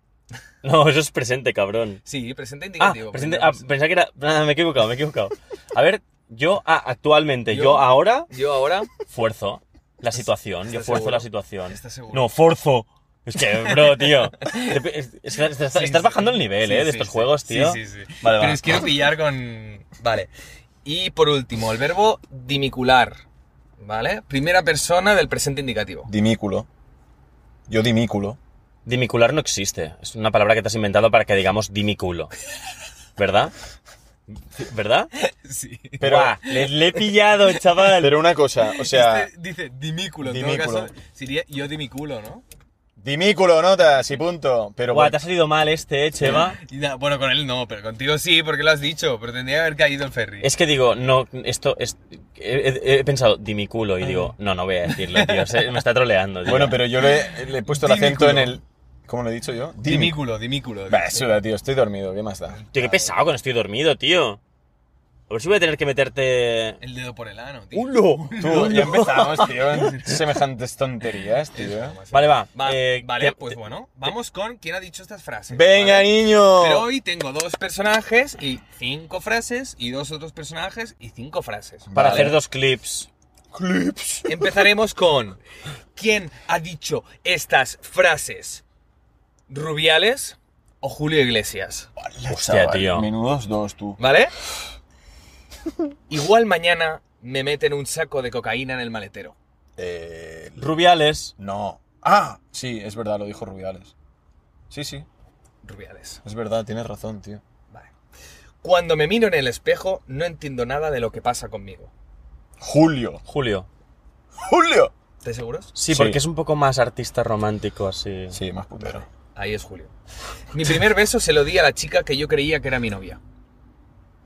[SPEAKER 3] No, eso es presente, cabrón.
[SPEAKER 1] Sí, presente
[SPEAKER 3] Ah,
[SPEAKER 1] indicativo.
[SPEAKER 3] presente,
[SPEAKER 1] primera
[SPEAKER 3] ah,
[SPEAKER 1] persona.
[SPEAKER 3] pensaba que era... ah, me he equivocado, me he equivocado. A ver, yo ah, actualmente, yo,
[SPEAKER 1] Yo-
[SPEAKER 3] ahora,
[SPEAKER 1] Yo ahora.
[SPEAKER 3] fuerzo la situación. Yo
[SPEAKER 1] estás
[SPEAKER 3] fuerzo la
[SPEAKER 1] seguro?
[SPEAKER 3] situación.
[SPEAKER 1] ¿Estás seguro?
[SPEAKER 3] No, forzo. Es que, bro, tío. te- es- es- estás,
[SPEAKER 1] Sí,
[SPEAKER 3] estás
[SPEAKER 1] sí.
[SPEAKER 3] bajando el nivel,
[SPEAKER 1] Sí,
[SPEAKER 3] ¿eh?
[SPEAKER 1] sí,
[SPEAKER 3] De estos
[SPEAKER 1] sí.
[SPEAKER 3] juegos,
[SPEAKER 1] Sí,
[SPEAKER 3] tío.
[SPEAKER 1] sí, sí.
[SPEAKER 3] Vale,
[SPEAKER 1] Pero
[SPEAKER 3] va.
[SPEAKER 1] os quiero pillar con. Vale. Y por último, el verbo dimicular. ¿Vale? Primera persona del presente indicativo.
[SPEAKER 2] Dimículo. Yo dimículo.
[SPEAKER 3] Dimicular no existe. Es una palabra que te has inventado para que digamos dimiculo. ¿Verdad? ¿Verdad?
[SPEAKER 1] Sí.
[SPEAKER 2] Pero-
[SPEAKER 3] Buah, le, le he pillado, chaval.
[SPEAKER 2] Pero una cosa, o sea,
[SPEAKER 1] Este dice dimículo, en
[SPEAKER 2] Dimículo.
[SPEAKER 1] todo caso sería yo dimículo, ¿no?
[SPEAKER 2] dimículo, notas y punto. Pero
[SPEAKER 3] Buah,
[SPEAKER 2] bueno,
[SPEAKER 3] te ha salido mal este, eh, Chema.
[SPEAKER 1] Y nada, bueno, con él no, pero contigo sí, porque lo has dicho, pero tendría que haber caído el ferry.
[SPEAKER 3] Es que digo, no, esto es. He, he- he pensado, di mi culo, y digo, no, no voy a decirlo, tío. se- me está troleando, tío.
[SPEAKER 2] bueno, pero yo le, le he puesto el acento
[SPEAKER 1] Dimículo.
[SPEAKER 2] en el... ¿Cómo lo he dicho yo?
[SPEAKER 1] dimículo,
[SPEAKER 2] Dimículo.
[SPEAKER 1] dimículo.
[SPEAKER 2] Bah, suda, tío, estoy dormido, ¿qué más da?
[SPEAKER 3] Tío, qué pesado cuando estoy dormido, tío. A ver si voy a tener que meterte.
[SPEAKER 1] El dedo por el ano, tío.
[SPEAKER 3] ¡Ulo!
[SPEAKER 2] Tú, ya empezamos, tío, en semejantes tonterías, tío.
[SPEAKER 3] Vale, va.
[SPEAKER 1] Va-
[SPEAKER 3] eh,
[SPEAKER 1] vale,
[SPEAKER 3] que-
[SPEAKER 1] pues bueno, vamos con quién ha dicho estas frases.
[SPEAKER 2] ¡Venga,
[SPEAKER 1] ¿vale?
[SPEAKER 2] niño!
[SPEAKER 1] Pero hoy tengo dos personajes y cinco frases, y dos otros personajes y cinco frases.
[SPEAKER 3] Para
[SPEAKER 2] Vale.
[SPEAKER 3] hacer dos clips.
[SPEAKER 2] Clips.
[SPEAKER 1] Empezaremos con ¿Quién ha dicho estas frases? ¿Rubiales o Julio Iglesias?
[SPEAKER 3] Hostia, tío.
[SPEAKER 2] Menudos dos, tú.
[SPEAKER 1] ¿Vale? Igual mañana me meten un saco de cocaína en el maletero.
[SPEAKER 2] Eh,
[SPEAKER 3] Rubiales.
[SPEAKER 2] no. ¡Ah! Sí, es verdad, lo dijo Rubiales. Sí, sí,
[SPEAKER 1] Rubiales.
[SPEAKER 2] es verdad, tienes razón, tío.
[SPEAKER 1] Vale. Cuando me miro en el espejo no entiendo nada de lo que pasa conmigo.
[SPEAKER 2] Julio.
[SPEAKER 3] Julio.
[SPEAKER 2] ¡Julio!
[SPEAKER 1] ¿Estáis seguros?
[SPEAKER 3] Sí,
[SPEAKER 2] Sí.
[SPEAKER 3] porque es un poco más artista romántico, así.
[SPEAKER 2] Sí, más putero.
[SPEAKER 1] Ahí es Julio. Mi primer beso se lo di a la chica que yo creía que era mi novia.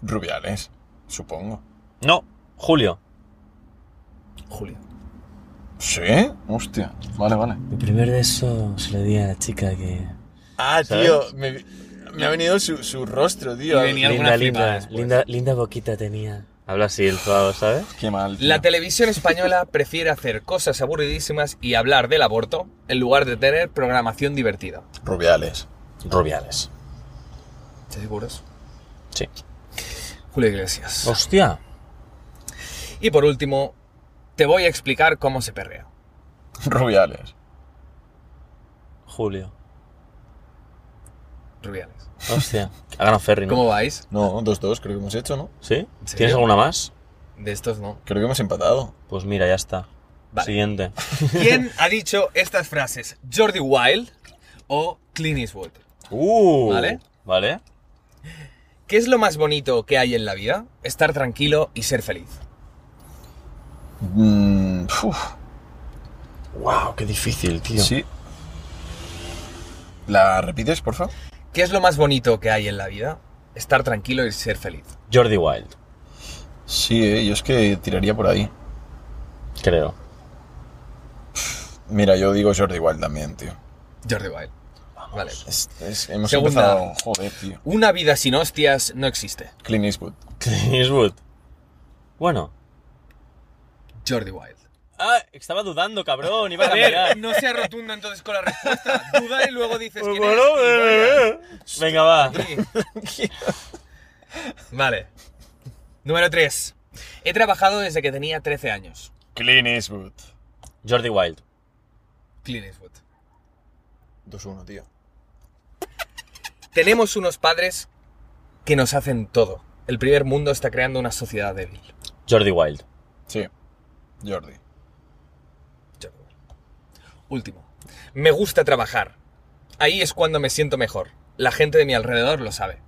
[SPEAKER 2] Rubiales, supongo.
[SPEAKER 3] No, Julio.
[SPEAKER 1] Julio.
[SPEAKER 2] ¿Sí? Hostia. Vale, vale.
[SPEAKER 3] Mi primer beso se lo di a la chica que.
[SPEAKER 2] Ah,
[SPEAKER 3] ¿Sabes?
[SPEAKER 2] tío, me, me ha venido su, su rostro,
[SPEAKER 1] Y
[SPEAKER 2] tío.
[SPEAKER 1] venía- Ni alguna
[SPEAKER 3] Linda,
[SPEAKER 1] flipa
[SPEAKER 3] linda,
[SPEAKER 1] después.
[SPEAKER 3] linda, linda boquita tenía. Habla así el pavo, ¿sabes?
[SPEAKER 2] Qué mal. tío.
[SPEAKER 1] La televisión española prefiere hacer cosas aburridísimas y hablar del aborto en lugar de tener programación divertida.
[SPEAKER 2] Rubiales.
[SPEAKER 3] Rubiales.
[SPEAKER 1] ¿Estáis seguros?
[SPEAKER 3] Sí.
[SPEAKER 1] Julio Iglesias.
[SPEAKER 3] Oh. Hostia.
[SPEAKER 1] Y por último, te voy a explicar cómo se perrea.
[SPEAKER 2] Rubiales.
[SPEAKER 3] Julio.
[SPEAKER 1] Rubiales.
[SPEAKER 3] Hostia. Ha ganado Ferry, ¿no?
[SPEAKER 1] ¿Cómo vais?
[SPEAKER 2] No, dos, dos, creo que hemos hecho, ¿no?
[SPEAKER 3] ¿Sí?
[SPEAKER 1] serio?
[SPEAKER 3] ¿Tienes alguna más?
[SPEAKER 1] De estos no.
[SPEAKER 2] Creo que hemos empatado.
[SPEAKER 3] Pues mira, ya está.
[SPEAKER 1] Vale.
[SPEAKER 3] Siguiente.
[SPEAKER 1] ¿Quién ha dicho estas frases? ¿Jordi Wild o Clint Eastwood?
[SPEAKER 3] Uh.
[SPEAKER 1] Vale.
[SPEAKER 3] Vale.
[SPEAKER 1] ¿Qué es lo más bonito que hay en la vida? Estar tranquilo y ser feliz.
[SPEAKER 2] Mm, uf.
[SPEAKER 3] Wow, qué difícil, tío.
[SPEAKER 2] Sí. ¿La repites, por favor?
[SPEAKER 1] ¿Qué es lo más bonito que hay en la vida? Estar tranquilo y ser feliz.
[SPEAKER 3] Jordi Wild,
[SPEAKER 2] Sí, eh, yo es que tiraría por ahí.
[SPEAKER 3] creo.
[SPEAKER 2] Mira, yo digo Jordi igual también, tío.
[SPEAKER 1] Jordi Wild. Vale.
[SPEAKER 2] Es- es- hemos
[SPEAKER 1] Segunda.
[SPEAKER 2] empezado... Joder, tío.
[SPEAKER 1] Una vida sin hostias no existe.
[SPEAKER 2] Clint Eastwood.
[SPEAKER 3] Clint Eastwood. Bueno.
[SPEAKER 1] Jordi Wild.
[SPEAKER 3] Ah, estaba dudando, cabrón. Iba
[SPEAKER 1] A
[SPEAKER 3] a
[SPEAKER 1] ver,
[SPEAKER 3] cambiar.
[SPEAKER 1] no sea rotundo entonces con la respuesta. Duda y luego dices quién
[SPEAKER 3] Pues Bueno,
[SPEAKER 1] es.
[SPEAKER 3] eh, eh. Venga, va.
[SPEAKER 1] y vaya. Sí. Vale. Número 3. He trabajado desde que tenía 13 años.
[SPEAKER 2] Clint Eastwood.
[SPEAKER 3] Jordi Wild.
[SPEAKER 1] Clint Eastwood.
[SPEAKER 2] 2-1, tío.
[SPEAKER 1] Tenemos unos padres que nos hacen todo. El primer mundo está creando una sociedad débil.
[SPEAKER 3] Jordi Wild.
[SPEAKER 2] Sí. Jordi.
[SPEAKER 1] Yo. Último. Me gusta trabajar. Ahí es cuando me siento mejor. La gente de mi alrededor lo sabe.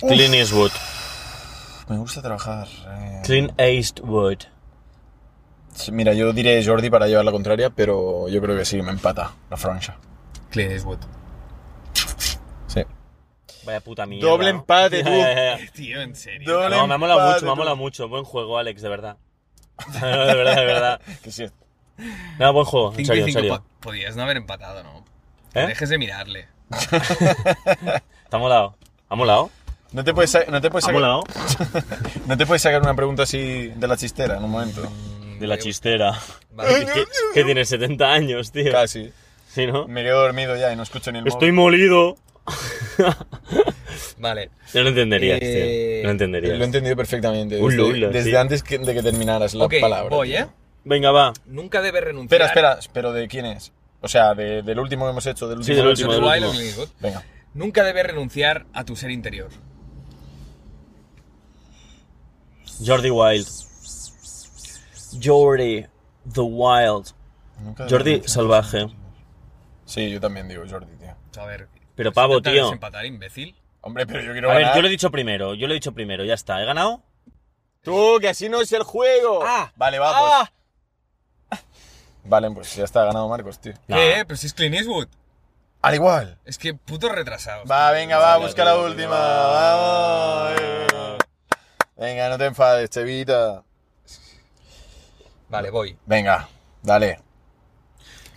[SPEAKER 3] Clint Eastwood.
[SPEAKER 2] Me gusta trabajar. eh.
[SPEAKER 3] Clint Eastwood.
[SPEAKER 2] Sí, Mira, yo diré Jordi para llevar la contraria, pero yo creo que sí, me empata la franja.
[SPEAKER 1] Clint Eastwood.
[SPEAKER 2] Sí.
[SPEAKER 3] Vaya puta mierda.
[SPEAKER 2] Doble
[SPEAKER 3] ¿no?
[SPEAKER 2] empate, tú.
[SPEAKER 3] Ya, ya, ya.
[SPEAKER 1] Tío, en serio.
[SPEAKER 2] Doble
[SPEAKER 3] No, me ha molado
[SPEAKER 2] empate,
[SPEAKER 3] mucho, me ha
[SPEAKER 2] tú.
[SPEAKER 3] molado mucho. Buen juego, Alex, de verdad. No, de verdad, de verdad.
[SPEAKER 2] Que sí.
[SPEAKER 3] No, buen juego, en
[SPEAKER 1] Cinco y
[SPEAKER 3] serio, en
[SPEAKER 1] cinco.
[SPEAKER 3] serio.
[SPEAKER 1] Po- Podías no haber empatado, ¿no?
[SPEAKER 3] ¿Eh?
[SPEAKER 1] Dejes de mirarle.
[SPEAKER 3] ¿Te ha molado? ¿Ha molado?
[SPEAKER 2] No te puedes, sa- no te puedes
[SPEAKER 3] ¿Ha
[SPEAKER 2] sacar,
[SPEAKER 3] molado?
[SPEAKER 2] no te puedes sacar una pregunta así de la chistera en un momento.
[SPEAKER 3] De la
[SPEAKER 1] Yo-
[SPEAKER 3] chistera.
[SPEAKER 1] Vale.
[SPEAKER 3] Que- Que tiene 70 años, tío.
[SPEAKER 2] Casi.
[SPEAKER 3] Sí, ¿no?
[SPEAKER 2] Me quedo dormido ya y no escucho ni el
[SPEAKER 3] Estoy
[SPEAKER 2] móvil.
[SPEAKER 3] molido.
[SPEAKER 1] Vale.
[SPEAKER 3] No lo entenderías,
[SPEAKER 1] Eh,
[SPEAKER 3] tío. No lo
[SPEAKER 2] Lo he
[SPEAKER 3] entenderías.
[SPEAKER 2] entendido perfectamente. Desde,
[SPEAKER 3] Ulo, ulo,
[SPEAKER 2] desde
[SPEAKER 3] sí.
[SPEAKER 2] antes que- de que terminaras la
[SPEAKER 1] ok,
[SPEAKER 2] palabra.
[SPEAKER 1] voy,
[SPEAKER 2] tío.
[SPEAKER 1] ¿eh?
[SPEAKER 3] Venga, va.
[SPEAKER 1] Nunca debes renunciar.
[SPEAKER 2] Espera, espera, pero ¿de quién es? O sea, de- del último que hemos hecho, del
[SPEAKER 3] Sí,
[SPEAKER 2] último.
[SPEAKER 3] del
[SPEAKER 2] que
[SPEAKER 1] Jordi
[SPEAKER 2] hemos
[SPEAKER 3] último, del
[SPEAKER 1] Wild o
[SPEAKER 3] último.
[SPEAKER 1] Clint Eastwood.
[SPEAKER 2] hecho. Venga.
[SPEAKER 1] Nunca debes renunciar a tu ser interior.
[SPEAKER 3] Jordi Wild. Jordi the Wild.
[SPEAKER 2] Nunca-
[SPEAKER 3] Jordi salvaje.
[SPEAKER 2] Sí, yo también digo Jordi, tío.
[SPEAKER 1] A ver.
[SPEAKER 3] Pero pavo,
[SPEAKER 1] intenta
[SPEAKER 3] tío.
[SPEAKER 1] desempatar, imbécil.
[SPEAKER 2] Hombre, pero yo quiero
[SPEAKER 3] A ver,
[SPEAKER 2] ganar.
[SPEAKER 3] yo lo he dicho primero, yo lo he dicho primero, ya está. ¿He ganado?
[SPEAKER 2] Tú, que así no es el juego.
[SPEAKER 3] Ah,
[SPEAKER 2] vale, va, pues.
[SPEAKER 1] Ah.
[SPEAKER 2] Vale, pues ya está ganado Marcos, tío.
[SPEAKER 3] No.
[SPEAKER 1] ¿Qué? Eh, Pero si es Clint Eastwood.
[SPEAKER 2] Al igual.
[SPEAKER 1] Es que puto retrasado.
[SPEAKER 2] Va, venga, va,
[SPEAKER 3] Vale,
[SPEAKER 2] busca la
[SPEAKER 3] vale,
[SPEAKER 2] última.
[SPEAKER 3] vale.
[SPEAKER 2] Vamos. eh. Venga, no te enfades, Chevita.
[SPEAKER 1] Vale, voy.
[SPEAKER 2] Venga, dale.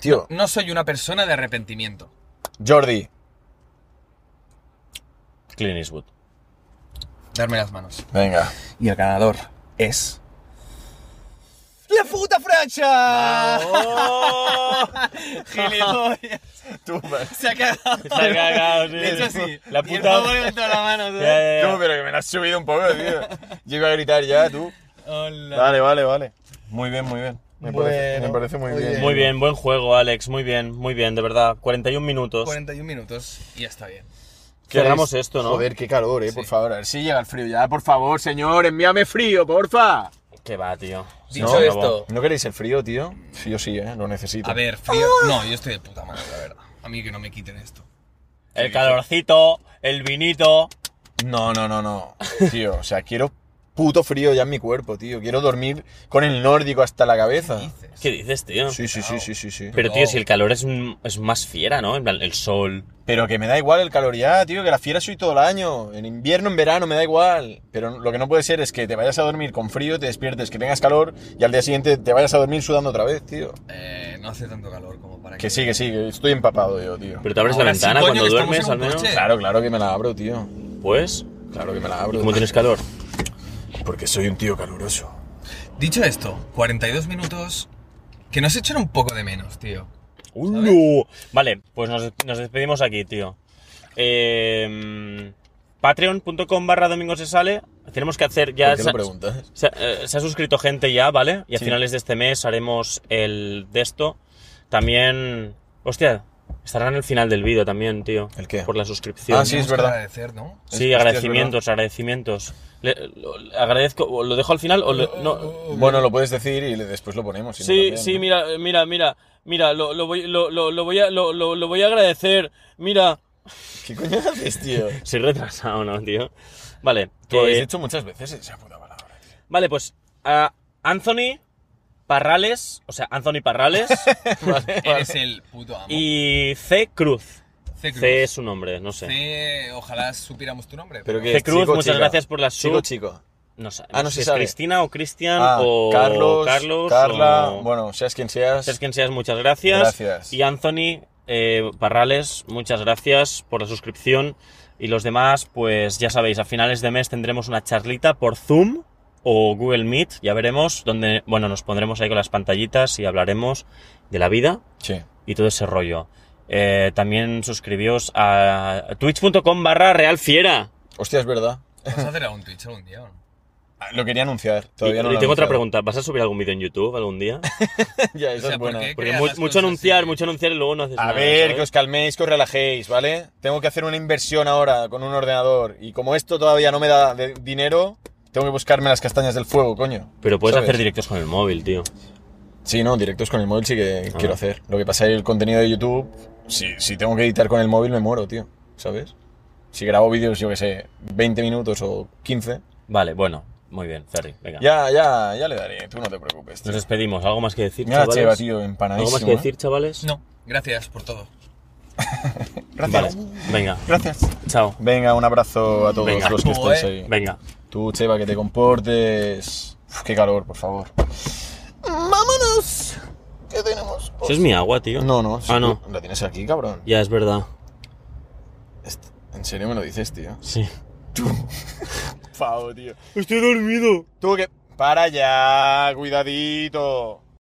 [SPEAKER 2] Tío,
[SPEAKER 1] No soy una persona de arrepentimiento.
[SPEAKER 2] Jordi.
[SPEAKER 3] Clint Eastwood.
[SPEAKER 1] Darme las manos.
[SPEAKER 2] Venga.
[SPEAKER 1] Y el ganador es. ¡La puta Francia! ¡Gilipollas!
[SPEAKER 2] Tú,
[SPEAKER 1] Se ha cagado.
[SPEAKER 3] Se ha cagado, sí.
[SPEAKER 1] Le he hecho así.
[SPEAKER 3] La
[SPEAKER 1] Y el
[SPEAKER 3] puta-
[SPEAKER 1] pavo levantó la mano, ¿sabes?
[SPEAKER 3] Ya, ya, ya.
[SPEAKER 2] pero que me la has subido un poco, tío. Llego a gritar ya, tú.
[SPEAKER 1] Hola.
[SPEAKER 2] Vale, vale, vale. Muy bien, muy bien. Me, parece,
[SPEAKER 1] Bueno,
[SPEAKER 2] me parece muy
[SPEAKER 1] muy
[SPEAKER 2] bien.
[SPEAKER 3] Muy bien, buen juego, Alex. Muy bien, muy bien, de verdad. 41 minutos.
[SPEAKER 1] 41 minutos y ya está bien.
[SPEAKER 3] Cerramos esto, ¿no?
[SPEAKER 2] Joder, qué calor, eh, por
[SPEAKER 1] Sí.
[SPEAKER 2] favor. A ver si llega el frío ya, por favor, señor. Envíame frío, porfa.
[SPEAKER 3] Que va, tío.
[SPEAKER 1] Dicho
[SPEAKER 3] No,
[SPEAKER 1] esto,
[SPEAKER 2] ¿No queréis el frío, tío? Sí, yo sí, eh. Lo necesito.
[SPEAKER 1] a ver, frío. No, yo estoy de puta madre, la verdad. A mí que no me quiten esto.
[SPEAKER 3] El calorcito, el vinito.
[SPEAKER 2] No, no, no, no. Tío, o sea, quiero puto frío ya en mi cuerpo, tío. Quiero dormir con el nórdico hasta la cabeza.
[SPEAKER 1] dices?
[SPEAKER 3] ¿Qué dices, tío?
[SPEAKER 2] Sí, sí, sí, sí, sí, sí.
[SPEAKER 3] Pero, tío, si el calor es, un- es más fiera, ¿no? En plan, el sol.
[SPEAKER 2] Pero que me da igual el calor ya, tío, que la fiera soy todo el año. En invierno, en verano, me da igual. Pero lo que no puede ser es que te vayas a dormir con frío, te despiertes, que tengas calor y al día siguiente te vayas a dormir sudando otra vez, tío.
[SPEAKER 1] Eh, no hace tanto calor como para
[SPEAKER 2] Que sí, que sí, que estoy empapado yo, tío.
[SPEAKER 3] Pero te abres la
[SPEAKER 1] Ahora sí,
[SPEAKER 3] ventana
[SPEAKER 1] coño,
[SPEAKER 3] cuando
[SPEAKER 1] que estamos
[SPEAKER 3] duermes,
[SPEAKER 1] en
[SPEAKER 3] al
[SPEAKER 1] un
[SPEAKER 3] menos.
[SPEAKER 1] coche.
[SPEAKER 2] Claro, claro que me la abro, tío.
[SPEAKER 3] Pues,
[SPEAKER 2] Claro que me la abro.
[SPEAKER 3] ¿cómo tienes calor?
[SPEAKER 2] Porque soy un tío caluroso.
[SPEAKER 1] Dicho esto, 42 minutos que nos echan un poco de menos, tío.
[SPEAKER 3] ¡Ulo! Vale, pues nos, nos despedimos aquí, tío. Eh, Patreon.com barra domingo se sale. Tenemos que hacer ya...
[SPEAKER 2] ¿Por qué lo
[SPEAKER 3] sa-
[SPEAKER 2] preguntas?
[SPEAKER 3] Se, eh, se ha suscrito gente ya, ¿vale? Y a
[SPEAKER 2] Sí.
[SPEAKER 3] finales de este mes haremos el de esto. También. Hostia, estarán en el final del vídeo también, tío.
[SPEAKER 2] ¿El qué?
[SPEAKER 3] Por la suscripción.
[SPEAKER 2] Ah, sí,
[SPEAKER 1] Tenemos
[SPEAKER 2] es
[SPEAKER 1] que
[SPEAKER 2] verdad.
[SPEAKER 1] agradecer, ¿no?
[SPEAKER 3] Sí,
[SPEAKER 2] Hostia, es
[SPEAKER 3] agradecimientos, agradecimientos. Le- lo- le agradezco. o ¿Lo dejo al final o le- no?
[SPEAKER 2] Bueno, lo puedes decir y le- después lo ponemos. si no
[SPEAKER 3] Sí,
[SPEAKER 2] también,
[SPEAKER 3] sí,
[SPEAKER 2] ¿no?
[SPEAKER 3] mira, eh, mira, mira. Mira, lo, lo voy, lo, lo- lo voy a, lo, lo- lo voy a agradecer. Mira.
[SPEAKER 2] ¿Qué coño haces, tío?
[SPEAKER 3] Soy retrasado, ¿no, tío? Vale.
[SPEAKER 2] Tú habéis
[SPEAKER 3] eh,
[SPEAKER 2] dicho muchas veces esa puta palabra. tío.
[SPEAKER 3] Vale, pues a Anthony Parrales, o sea, Anthony Parrales
[SPEAKER 1] Eres el puto amo.
[SPEAKER 3] y C. Cruz.
[SPEAKER 1] C. Cruz.
[SPEAKER 3] C es su nombre, no sé.
[SPEAKER 1] C, ojalá supiéramos tu nombre.
[SPEAKER 2] Pero
[SPEAKER 1] pero-
[SPEAKER 2] que
[SPEAKER 3] C. Cruz,
[SPEAKER 2] chico,
[SPEAKER 3] muchas
[SPEAKER 2] chica.
[SPEAKER 3] gracias por la
[SPEAKER 2] Chico,
[SPEAKER 3] sub.
[SPEAKER 2] chico.
[SPEAKER 3] No sé,
[SPEAKER 2] Ah, no se
[SPEAKER 3] sé si es
[SPEAKER 2] sabe.
[SPEAKER 3] Cristina o Cristian
[SPEAKER 2] Ah,
[SPEAKER 3] o
[SPEAKER 2] Carlos,
[SPEAKER 3] Carlos
[SPEAKER 2] Carla,
[SPEAKER 3] o-
[SPEAKER 2] bueno, seas quien seas.
[SPEAKER 3] Seas quien seas, muchas gracias.
[SPEAKER 2] Gracias.
[SPEAKER 3] Y Anthony eh, Parrales, muchas gracias por la suscripción. Y los demás, pues ya sabéis, a finales de mes tendremos una charlita por Zoom o Google Meet, ya veremos, donde, bueno, nos pondremos ahí con las pantallitas y hablaremos de la vida
[SPEAKER 2] Sí.
[SPEAKER 3] y todo ese rollo. Eh, también suscribíos a twitch.com barra realfiera.
[SPEAKER 2] Hostia, es verdad.
[SPEAKER 1] Vamos a hacer algún Twitch algún día. ¿o no?
[SPEAKER 2] Ah, Lo quería anunciar.
[SPEAKER 3] Y,
[SPEAKER 2] Todavía no
[SPEAKER 3] y
[SPEAKER 2] lo he
[SPEAKER 3] tengo otra
[SPEAKER 2] anunciado.
[SPEAKER 3] pregunta, ¿vas a subir algún vídeo en YouTube algún día?
[SPEAKER 2] ya, esa
[SPEAKER 1] O sea,
[SPEAKER 2] es buena.
[SPEAKER 1] ¿por qué
[SPEAKER 3] Porque
[SPEAKER 1] creas
[SPEAKER 3] mu-
[SPEAKER 1] las
[SPEAKER 3] mucho
[SPEAKER 1] cosas
[SPEAKER 3] anunciar,
[SPEAKER 1] y-
[SPEAKER 3] mucho anunciar y luego no haces
[SPEAKER 2] A
[SPEAKER 3] Pues nada.
[SPEAKER 2] ver, que
[SPEAKER 3] ¿sabes?
[SPEAKER 2] os calméis, que os relajéis, ¿vale? Tengo que hacer una inversión ahora con un ordenador y como esto todavía no me da de- dinero, tengo que buscarme las castañas del fuego, coño.
[SPEAKER 3] Pero puedes
[SPEAKER 2] ¿Sabes?
[SPEAKER 3] hacer directos con el móvil, tío.
[SPEAKER 2] Sí, no, directos con el móvil sí que
[SPEAKER 3] Ah.
[SPEAKER 2] quiero hacer. Lo que pasa es que el contenido de YouTube, si, si tengo que editar con el móvil me muero, tío, ¿sabes? Si grabo vídeos, yo que sé, 20 minutos o 15,
[SPEAKER 3] Vale, bueno, muy bien, Ferry, venga.
[SPEAKER 2] ya, ya, ya le daré, tú no te preocupes. Tío.
[SPEAKER 3] Nos despedimos. ¿Algo más que decir,
[SPEAKER 2] Mira la
[SPEAKER 3] chavales?
[SPEAKER 2] cheva, tío, empanadísimo.
[SPEAKER 3] ¿Algo más que
[SPEAKER 2] ¿eh?
[SPEAKER 3] decir, chavales?
[SPEAKER 1] No, gracias por todo.
[SPEAKER 3] Vale,
[SPEAKER 2] Gracias.
[SPEAKER 3] venga,
[SPEAKER 2] Gracias.
[SPEAKER 3] chao.
[SPEAKER 2] Venga, un abrazo a todos
[SPEAKER 3] Venga.
[SPEAKER 2] los que
[SPEAKER 1] Tú,
[SPEAKER 2] estáis
[SPEAKER 1] eh.
[SPEAKER 2] ahí.
[SPEAKER 3] Venga.
[SPEAKER 2] Tú, Cheva, que te comportes. Uf, qué calor, por favor. ¡Vámonos! ¿Qué tenemos?
[SPEAKER 3] Eso es mi agua, tío.
[SPEAKER 2] No, no. sí,
[SPEAKER 3] Ah, no.
[SPEAKER 2] La tienes aquí, cabrón.
[SPEAKER 3] Ya, es verdad.
[SPEAKER 2] Est- ¿En serio me lo dices, tío?
[SPEAKER 3] Sí.
[SPEAKER 2] Pavo, tío.
[SPEAKER 3] Estoy dormido.
[SPEAKER 2] Tú que... Para ya, cuidadito.